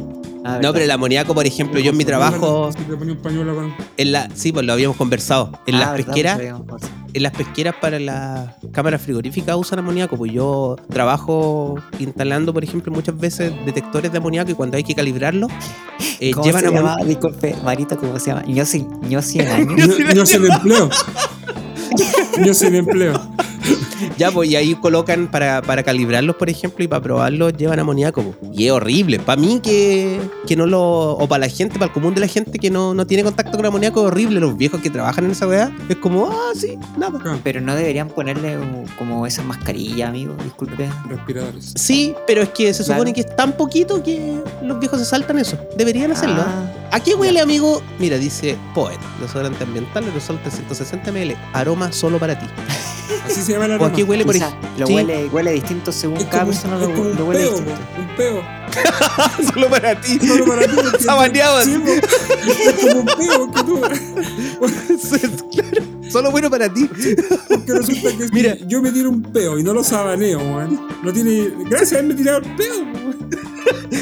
Ah,
No,
verdad.
pero el amoníaco, por ejemplo, yo en mi trabajo,
Si te ponía un pañuelo con-
en la, sí, pues lo habíamos conversado. En
Ah,
las
verdad,
pesqueras,
pues, habíamos-
en las pesqueras para las cámaras frigoríficas usan amoníaco. Pues yo trabajo instalando, por ejemplo, muchas veces detectores de amoníaco y cuando hay que calibrarlo, eh,
¿Cómo
llevan
se
amoníaco.
llamaba? Disculpe, Marito, ¿cómo se llama? Yo sin, yo sin años. <laughs>
Ño- Ño sin empleo. Ño sin empleo.
Ya, pues, y ahí colocan para, para calibrarlos, por ejemplo, y para probarlos, llevan amoníaco. po. Y es horrible. Para mí que, que no lo... O para la gente, para el común de la gente que no, no tiene contacto con amoníaco, es horrible. Los viejos que trabajan en esa weá, es como, ah, sí, nada.
Pero no deberían ponerle un- como esas mascarillas, amigo, disculpe.
Respiradores.
Sí, pero es que se
Claro.
supone que es tan poquito que los viejos se saltan eso. Deberían hacerlo. ¿ah?
Ah,
¿A qué huele, amigo? Mira, dice Poet, desodorante ambiental, aerosol 360 ml, aroma solo para ti.
Así se llama el
¿O a
aroma.
qué huele, por
quizá
ejemplo? <laughs>
lo
sí.
huele, huele distinto según
Es
cada
como-
persona
es
lo,
como
lo
un
huele
peo,
distinto.
po, un peo.
Ah, solo para ti. <laughs>
Solo para ti, ¿entiendes?
Sabaneado,
Sí,
así.
po. Es como un peo que tú.
claro, solo bueno para ti.
Porque resulta que si
Mira.
yo me tiro un peo y no lo sabaneo, weón. No tiene. Gracias a haberme tirado el peo, weón.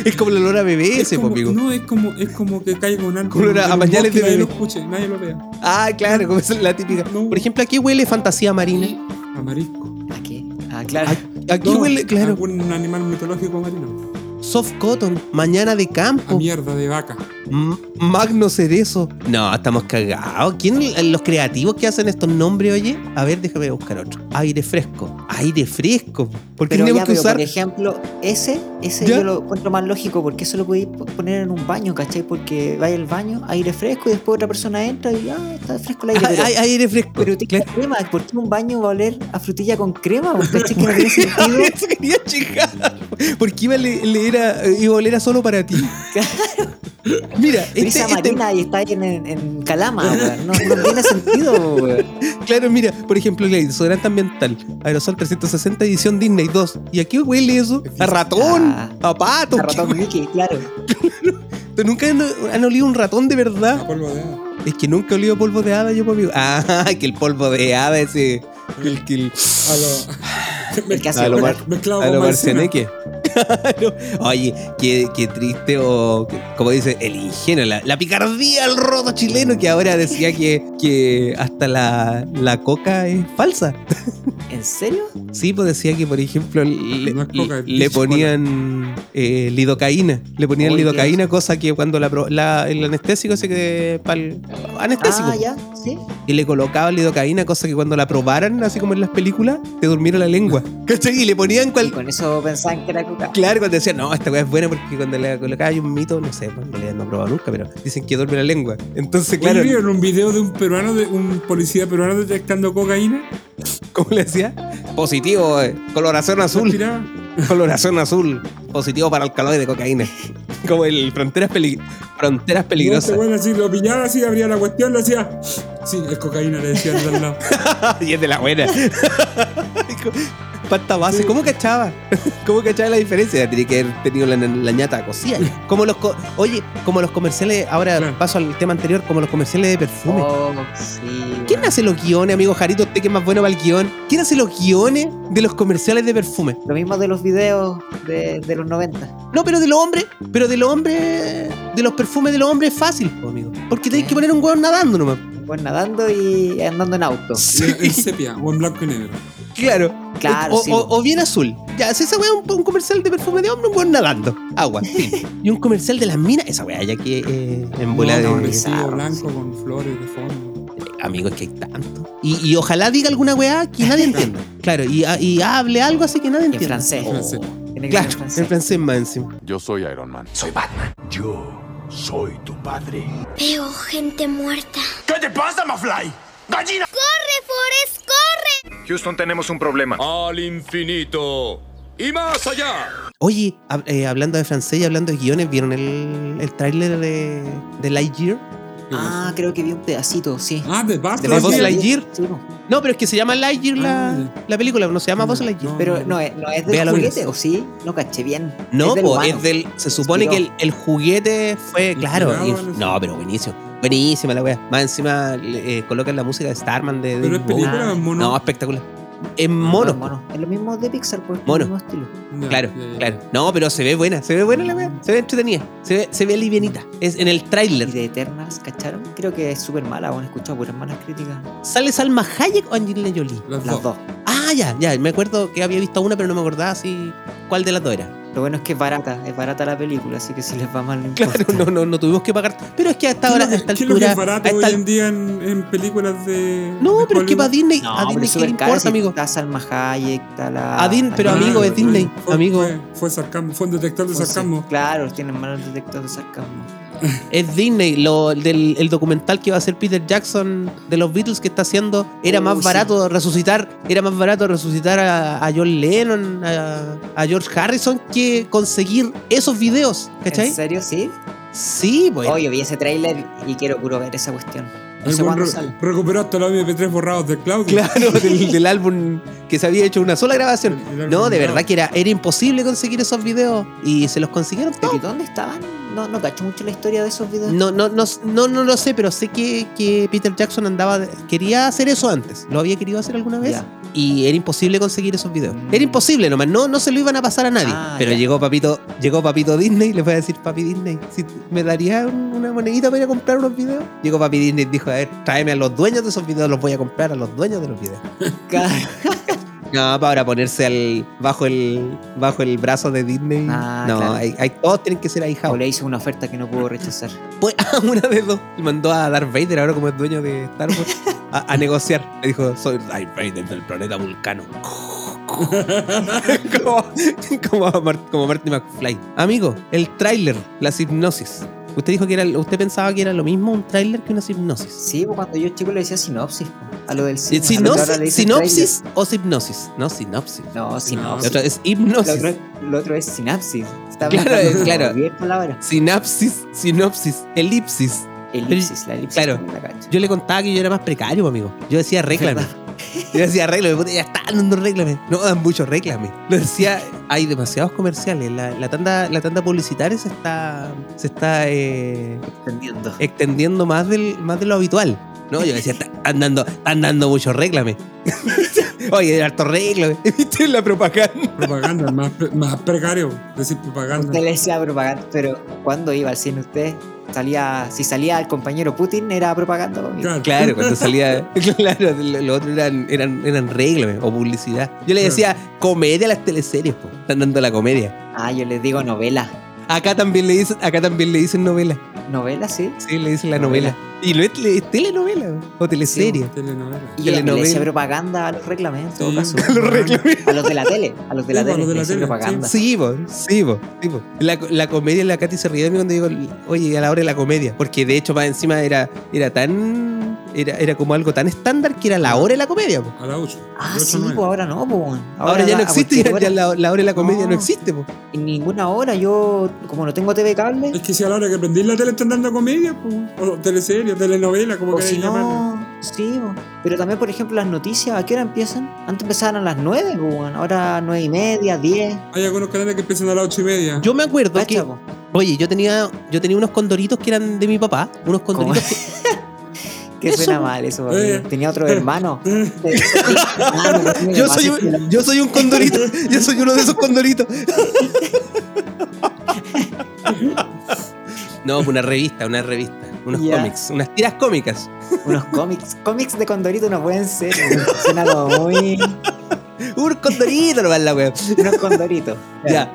Es como el olor a bebé
Es
ese, po,
como-
pues, amigo.
No, es como, es como que caiga un árbol.
Color a-
en
a
un
pañales
bosque
de
y nadie lo
bebé.
escuche, nadie lo vea.
Ah, claro, como es la típica.
No.
Por ejemplo, ¿a qué huele fantasía marina?
A marisco.
¿A qué? Ah, claro.
¿A qué
No,
huele,
Ah,
claro,
Algún animal mitológico marino.
soft cotton, mañana de
A
campo,
mierda de vaca.
m- magno cerezo? No, estamos cagados. ¿Quién, los creativos que hacen estos nombres, oye? A ver, déjame buscar otro. Aire fresco. Aire fresco. ¿Por qué
Pero,
tenemos
ya,
que
pero
usar?
por ejemplo, ese, ese
¿Ya?
yo lo encuentro más lógico porque eso lo podéis po- poner en un baño, ¿cachai? Porque vaya al baño, aire fresco y después otra persona entra y ah, está fresco el aire. Pero,
Ay, ay, aire fresco.
pero tiene <laughs>
Claro.
crema, ¿por qué un baño va a oler a frutilla con crema?
<laughs>
po? ¿Cachai? Que no tiene sentido.
Eso quería llegar. Porque iba a le- leer a- iba a oler a solo para
<laughs>
ti. Mira, este,
Brisa
este-
marina y está en, en, en
<laughs>
Calama, weón. No, no tiene sentido, weón.
Claro, mira, por ejemplo, el desodorante ambiental, aerosol 360 edición Disney 2. ¿Y a qué huele eso? A ratón,
Ah.
a pato.
A ratón Mickey, claro.
<laughs> ¿Tú ¿Nunca han, han olido un ratón de
A
verdad?
polvo de hada.
Es que nunca he olido polvo de hada yo, pues, amigo. <laughs> Ah, que el polvo de hada ese... El que... el-
A lo.
El que hace
<laughs> A lo
volar.
mar-
<laughs> Mezclado
a
con
lo
maicena.
Marcianeque. <laughs> Claro. Oye, qué, qué triste o, que- como dice, el ingenio, la, la picardía al rodo chileno que ahora decía que, que hasta la, la coca es falsa.
¿En serio?
Sí, pues decía que, por ejemplo, le,
No es coca, es
le
piscola.
ponían eh, lidocaína. Le ponían
Oye.
lidocaína, cosa que cuando la, pro- la- el anestésico se que pa'l- anestésico.
Ah, ya, sí.
Y le colocaban lidocaína, cosa que cuando la probaran, así como en las películas, te durmiera la
<laughs>
lengua. ¿Cachai? Y le ponían
Y
cual,
con eso pensaban que era coca.
Claro, cuando decían, no, esta weá es buena porque cuando le colocaba hay un mito, no sé, pues, en realidad no he probado nunca, pero dicen que duerme la lengua. Entonces,
Claro.
claro,
¿Vieron un video de un peruano, de un policía peruano detectando cocaína?
¿cómo le decía? Positivo, eh, coloración azul,
Tiraba.
coloración azul, positivo para alcaloide de cocaína. <laughs> Como el fronteras, peli- fronteras
No, este
peligrosas.
weón así lo pillaba, así abría la cuestión, le hacía. Sí, es cocaína, le decían de
<laughs>
al lado.
y es de la buena. Pasta base, ¿cómo cachaba? ¿Cómo cachaba la diferencia? Tiene que haber tenido la, la ñata cocida. Como los co- Oye, como los comerciales, ahora
Claro.
paso al tema anterior, como los comerciales de perfume.
Oh, sí.
¿Quién
bueno.
hace los guiones, amigo Jarito? Usted que es más bueno para el guión. ¿Quién hace los guiones de los comerciales de perfume?
Lo mismo de los videos de, de los 90.
No, pero de los hombres, pero de los hombres, de los perfumes de los hombres es fácil, po, amigo. Porque tenés que poner un hueón nadando nomás.
Un buen nadando y andando en auto.
Y era En sepia o en blanco y negro.
claro.
Claro,
o,
sí.
o- o bien azul. Ya, si esa weá es un, un comercial de perfume de hombre, un hueón nadando. Agua. fin.
<laughs>
y un comercial de las minas, esa weá ya que eh, en bola
No,
de.
un vestido
bizarro,
blanco con flores de fondo.
Amigos, que hay tanto. Y, y ojalá diga alguna weá que
<laughs>
nadie entienda. Claro, y, y hable algo así que nadie
Y en
entienda.
francés.
En francés.
Tiene que
Oh. Claro,
ser en
en
francés.
francés más encima.
Yo soy Iron Man.
Soy Batman. Yo soy tu padre.
Veo gente muerta.
¿Qué te pasa, Mafly? ¡Gallina!
¡Corre, Forrest, corre!
Houston, tenemos un problema. Al infinito y más allá.
Oye, hab- eh, hablando de francés y hablando de guiones, ¿vieron el, el tráiler de, de Lightyear?
Ah, creo que vi un pedacito, sí.
Ah, de Buzz
¿De Buzz
Lightyear.
Lightyear? Lightyear?
Sí, po.
No, pero es que se llama Lightyear la,
Ah, ya.
la película, no se llama Buzz Lightyear.
Pero no es, no es del
Mm. Véalo bien.
juguete, ¿o sí? No caché bien.
No,
del
po,
humano.
es del, se supone que el, el juguete fue, claro.
Inspirado
y-
en ese-
no, pero buenísimo. Buenísima la wea. Más encima le- eh, colocan la música de Starman de...
Pero
de-
es película
Ah,
en mono.
No, espectacular. Es
Mono.
mono.
mono. Es lo mismo de Pixar, pues.
Mono.
El mismo estilo.
Ya,
Claro,
ya, ya.
claro. No, pero se ve buena, se ve buena la wea. Se ve entretenida, se ve, se ve livianita. Es en el
Y
tráiler.
de Eternals, ¿cacharon? Creo que es súper mala, bueno, he escuchado puras malas críticas.
¿Sale Salma Hayek o Angelina Jolie?
Las
Las
dos.
dos.
Ah, ya, ya. Me acuerdo que había visto una, pero no me acordaba si cuál de las dos
<laughs>
era.
Lo bueno es que es barata, es barata la película, así que si les va mal no importa.
Claro, no, no, no tuvimos que pagar. Pero es que hasta ahora, a esta
¿Qué es lo que
altura.
es barato
a esta
hoy
al-
en día en, en películas de.
No,
de
pero es que para
Hollywood?
Disney.
No,
a
Ah, pero
Disney
es
que le
súper cara.
importa,
si
amigo.
Está Salma Hayek, está la...
A Din- pero
Ah,
amigo, es
ya,
Disney,
ya. Fue-
amigo.
Fue, fue sarcasmo, fue un detector de
Entonces,
sarcasmo.
Claro, tienen malos detectores de sarcasmo.
Es Disney. Lo, del, el documental que va a hacer Peter Jackson de los Beatles que está haciendo. Era
Oh,
más
sí.
barato resucitar. Era más barato resucitar a, a John Lennon, a, a George Harrison, que conseguir esos videos. ¿Cachai?
¿En serio? ¿Sí?
Sí, pues.
Oye, vi ese tráiler y quiero puro ver esa cuestión. No sé
Algún
cuándo
re-
sale.
recuperó hasta los MP3 borrados de Claudio.
<laughs> Claro, del, del álbum que se había hecho una sola grabación.
El- el
No,
álbum
de
grabado.
verdad que era, era imposible conseguir esos videos y se los consiguieron
¿Pero
todos.
que dónde estaban? No, no cacho mucho la historia de esos videos.
No, no, no, no, no lo sé, pero sé que, que Peter Jackson andaba de- quería hacer eso antes. Lo había querido hacer alguna vez
Ya.
y era imposible conseguir esos videos.
Mm.
Era imposible nomás, no, no se lo iban a pasar a nadie.
Ah,
pero
ya.
llegó papito, llegó papito Disney, les voy a decir papi Disney, si me daría un- una monedita para ir a comprar unos videos. Llegó papi Disney y dijo, a ver, tráeme a los dueños de esos videos, los voy a comprar a los dueños de los videos. No, para ponerse al, bajo el bajo el brazo de Disney.
Ah,
no,
claro.
hay, hay- todos tienen que ser
o
ahijados.
le hizo una oferta que no pudo rechazar.
Pues, <laughs> una de dos le mandó a Darth Vader, ahora como es dueño de Star Wars, a, a negociar. Le dijo, soy Darth Vader del planeta Vulcano. <laughs> como, como, a Mar- como Marty McFly. Amigo, el tráiler, la hipnosis. Usted dijo que era, usted pensaba que era lo mismo un tráiler que una hipnosis.
Sí, pues, cuando yo chico le decía sinopsis, pues, a lo del cine. a lo que ahora le
Sinopsis,
dicen
sinopsis o hipnosis. No, sinopsis.
tráiler. No,
La
sinopsis.
otra es
Lo
hipnosis.
otro, lo otro es sinapsis. Está
Claro,
hablando
claro.
como diez palabras.
Sinapsis, sinopsis, elipsis.
Elipsis, la elipsis.
Claro.
no la cacho.
Yo le contaba que yo era más precario, amigo. Yo decía réclame. <laughs> Yo decía réclame, puta, ya están dando réclame. No dan mucho réclame. Lo decía, hay demasiados comerciales. La, la tanda, la tanda publicitaria se está, se está eh,
Entendiendo.
extendiendo <laughs> más, del, más de lo habitual. No, yo decía, "Está- están dando, están dando mucho réclame.
Oye, de
<laughs>
harto arreglo. ¿Viste la propaganda?
Propaganda, más, pre- más precario decir propaganda.
Usted le decía propaganda, pero cuando iba al cine usted, salía, si salía el compañero Putin, era propaganda. conmigo.
Claro.
Ah, Claro, cuando salía. <laughs> Claro, lo, lo otro eran, eran, eran reglas o publicidad. Yo le decía comedia a las teleseries, po. Están dando la comedia.
Ah, yo les digo novela.
Acá también le dicen, acá también le dicen novela.
¿Novela, sí?
Sí, le dicen la novela.
Novela.
Y lo es, es telenovela o teleserie.
Telenovela.
Y yo le
Telenovela.
decía propaganda a los reglamentos, en todo
Sí,
caso.
propaganda.
a los de la tele. A los de la
Sí, a
tele.
los de la
les decía
tele,
propaganda.
Sí, po, sí, po, sí, po. La, la comedia, la Katy se ríe de mí cuando digo, oye, a la hora de la comedia. Porque de hecho, más encima era, era tan. Era, era como algo tan estándar que era la hora de la comedia. po.
A la 8.
Ah, sí, pues ahora no, pues. weón.
Ahora, ya
da
no
a
existe,
cualquier
ya, ya
hora.
la, la hora de la comedia no,
No.
existe. po.
En ninguna hora yo, como no tengo TV cable,
Es que si a la hora que prendís la tele están dando comedia, pues, o teleserie, o telenovela, como
o pues si
queráis llamarla.
no, sí, po. pero también, por ejemplo, las noticias, ¿a qué hora empiezan? Antes empezaban a las 9, pues, weón. ahora 9 y media, 10.
Hay algunos canales que empiezan a las 8 y media.
Yo me acuerdo que.
Cacha, po.
Oye, yo tenía, yo tenía unos condoritos que eran de mi papá. Unos
Como-
condoritos que-
que
Eso-
suena mal eso, po.
Eh.
tenía
<laughs>
otro hermano.
<laughs>
Yo soy, un, yo soy un <laughs> condorito. Yo soy uno de esos condoritos. No, fue una revista, una revista. Unos
Ya.
cómics, unas tiras cómicas.
Unos cómics. Cómics de Condorito no pueden ser. weón. Suena como muy.
Un condorito nomás la wea.
Unos Condoritos.
Ya.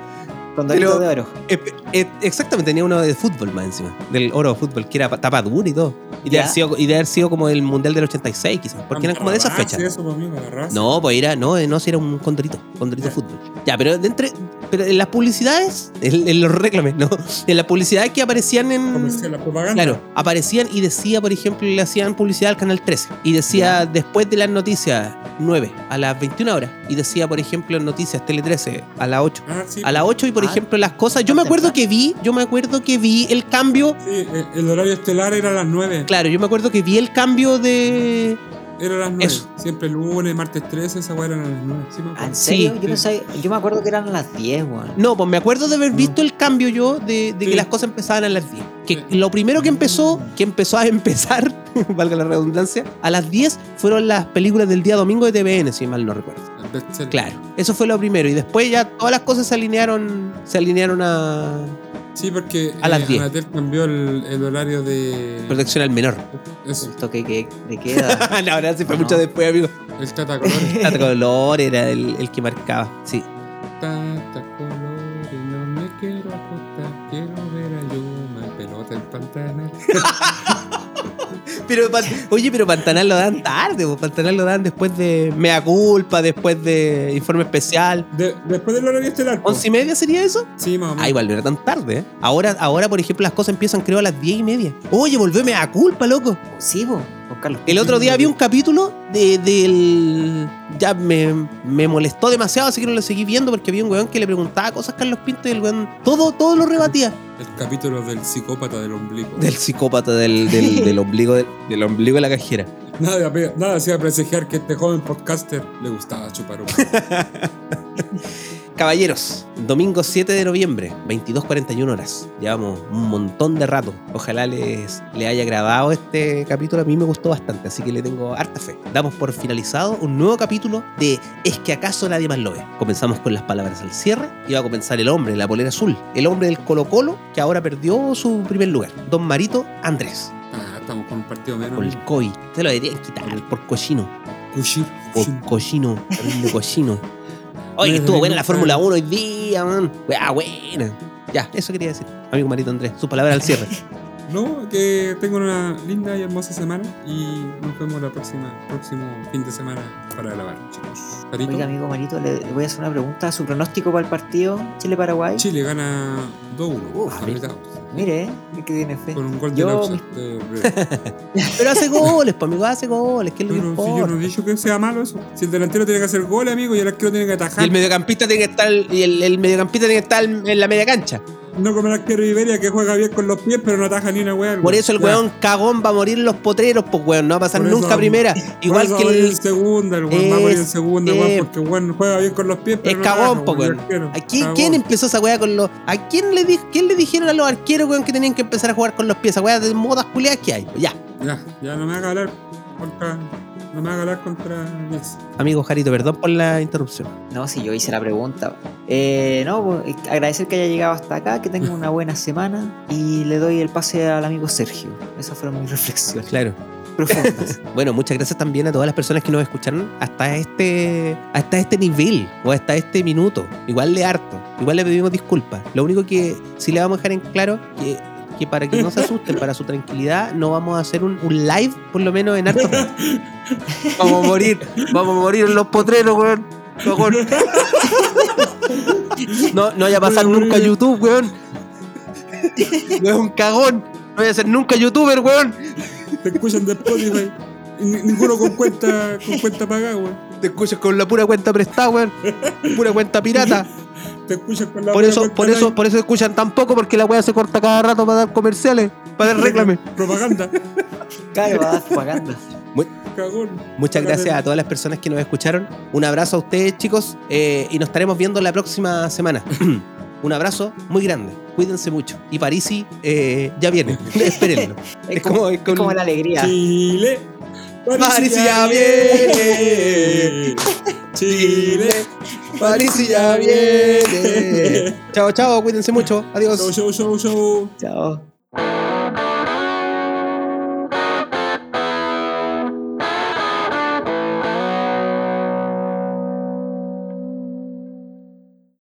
Condorito
Pero-
de oro.
Eh, eh, Exactamente, tenía uno de fútbol más encima. Del oro de fútbol, que era pa- tapa dura y todo. Y de,
Ya.
haber sido, y de haber sido como el mundial del 86, quizás. Porque eran como de esas
Agarrarse
fechas.
Eso, pues, amigo, agarrarse.
No, pues era, no, eh, no, si era un condorito, condorito
Ya.
fútbol. Ya, pero de entre, pero en las publicidades, en, en los reclames, ¿no? En las publicidades que aparecían
Comercial,
en.
la propaganda.
Claro, aparecían y decía, por ejemplo, le hacían publicidad al canal 13. Y decía, después de las noticias, 9, a las 21 horas. Y decía, por ejemplo, en noticias Tele 13, a las 8.
Ah, sí.
A las 8 y por
Ah.
ejemplo las cosas, yo me acuerdo que vi, yo me acuerdo que vi el cambio,
Sí, el, el horario estelar era a las 9.
claro, yo me acuerdo que vi el cambio de
Era a las 9.
Eso.
Siempre lunes, martes 13, esa weá era a las 9. Sí, me
Ah,
acuerdo.
¿En serio?
Sí.
Yo, pensaba- yo me acuerdo que eran las 10, weón.
No, pues me acuerdo de haber visto el cambio yo de, de que
Sí.
las cosas empezaban a las 10. Que
Sí.
lo primero que empezó, que empezó a <laughs> empezar, valga la redundancia, a las 10 fueron las películas del día domingo de TVN, si mal no recuerdo.
El bestseller.
Claro, eso fue lo primero. Y después ya todas las cosas se alinearon, se alinearon a
Sí, porque eh,
A las 10.
Anatel cambió el, el horario de.
protección al <laughs> menor. Ah,
Eso,
Toque que, de queda.
<laughs> no, ahora sí fue
No.
mucho después, <laughs> amigo.
el
<laughs>
Tata Colores.
Tata Color era el, el que marcaba, sí.
Tata Colores, no me quiero acostar, quiero ver a Yuma en pelota en pantana.
Pero, Pan- oye, pero Pantanal lo dan tarde, po. Pantanal lo dan después de Mea Culpa, después de Informe Especial.
De- después del horario estelar. po.
¿Once y media sería eso?
Sí, más o menos.
Ay, igual, no era tan tarde, ¿eh? Ahora, ahora, por ejemplo, las cosas empiezan creo a las diez y media. Oye, volveme a culpa, loco.
sí, po, con Carlos.
El otro día vi un capítulo de, del... Ya me, me molestó demasiado, así que no lo seguí viendo porque había un weón que le preguntaba cosas a Carlos Pinto y el weón todo, todo lo rebatía.
El capítulo del psicópata
<laughs>
del ombligo.
Del psicópata del, <laughs> del, del ombligo, del, del ombligo de la cajera.
Nada, pe- nada hacía presagiar que este joven podcaster le gustaba chupar un.
<laughs> Caballeros, domingo 7 de noviembre, 22.41 horas. Llevamos un montón de rato. Ojalá les, le haya grabado este capítulo. A mí me gustó bastante, así que le tengo harta fe. Damos por finalizado un nuevo capítulo de Es que acaso nadie más lo ve. Comenzamos con las palabras al cierre y va a comenzar el hombre, la polera azul. El hombre del Colo Colo, que ahora perdió su primer lugar. Don Marito Andrés.
Ah, estamos con un partido menos.
Por el COI. Se lo deberían quitar por cochino.
Cuchillo.
Por cochino. <laughs> Terrible cochino. Oye, que estuvo buena la Fórmula 1 hoy día, man. Weá, buena. Ya, eso quería decir. Amigo Marito Andrés, su palabra al
<laughs>
cierre.
No, que tengan una linda y hermosa semana y nos vemos la próxima próximo fin de semana para grabar, chicos. Carito,
Oiga, amigo Marito, le, le voy a hacer una pregunta. ¿Su pronóstico para el partido Chile-Paraguay?
Chile gana 2-1
Uf,
a
a ver.
mitad,
Mire, eh, que tiene fe.
con un gol de
Yo-
Laucha. de
<laughs>
Breve.
Pero hace goles, pues, amigo, hace goles. ¿Qué es lo que
Pero si yo
importa?
no he dicho que sea malo eso. Si el delantero tiene que hacer gol, amigo, y el arquero tiene que
Y
atajar.
el mediocampista tiene que estar, y el, el mediocampista tiene que estar en la media cancha.
No como el arquero de Iberia que juega bien con los pies, pero no ataja ni una weá.
Por eso el weón cagón va a morir en los potreros, pues weón, no va a pasar
Por eso,
nunca a primera. Igual que
el
el,
segundo, el weón va a morir en
Es-
segunda,
eh,
weón, porque weón juega bien con los pies, pero
es
no
cagón,
ataja,
pues
weón, el
weón.
arquero.
¿A quién,
Cagón.
quién em- empezó esa weá con los. ¿A quién le, di- quién le dijeron a los arqueros, weón, que tenían que empezar a jugar con los pies? Esa weá de modas culiadas que hay. Ya.
Ya, ya no me haga hablar. Porca. No me hagas hablar contra Nelson.
Amigo Jarito, perdón por la interrupción.
No, si yo hice la pregunta. Eh, no, pues, agradecer que haya llegado hasta acá, que tenga una buena semana y le doy el pase al amigo Sergio. Esas fueron mis reflexiones
Claro.
<laughs> profundas.
Bueno, muchas gracias también a todas las personas que nos escucharon hasta este, hasta este nivel o hasta este minuto. Igual de harto. Igual le pedimos disculpas. Lo único que sí le vamos a dejar en claro que, que para que no se asusten, para su tranquilidad, no vamos a hacer un, un live, por lo menos en harto. rato. <laughs> vamos a morir. Vamos a morir en los potreros, weón. Por favor. No, no vaya a pasar nunca a YouTube, weón. es un cagón. No voy a ser nunca youtuber, weón.
Te escuchan de Spotify. y ni- Ninguno con cuenta, con cuenta pagada, weón.
Te escuchas con la pura cuenta prestada, weón. Pura cuenta <laughs> pirata.
Te escuchan con la
Por
wea
eso,
cuenta
por
live.
eso, por eso escuchan tan poco, porque la weá se corta cada rato para dar comerciales, para dar reclame.
Propaganda.
Claro, va a dar propaganda.
Cagón.
<laughs> Muchas
Cagón.
gracias a todas las personas que nos escucharon. Un abrazo a ustedes, chicos, eh, y nos estaremos viendo la próxima <clears throat> semana. Un abrazo muy grande. Cuídense mucho. Y Parisi eh, ya <laughs> viene. Espérenlo.
Es como,
es
es como la alegría.
Chile.
París ya viene.
Chile.
Parisi ya viene. Chao, chao. Cuídense mucho. Adiós.
Show, show, show, show.
Chao.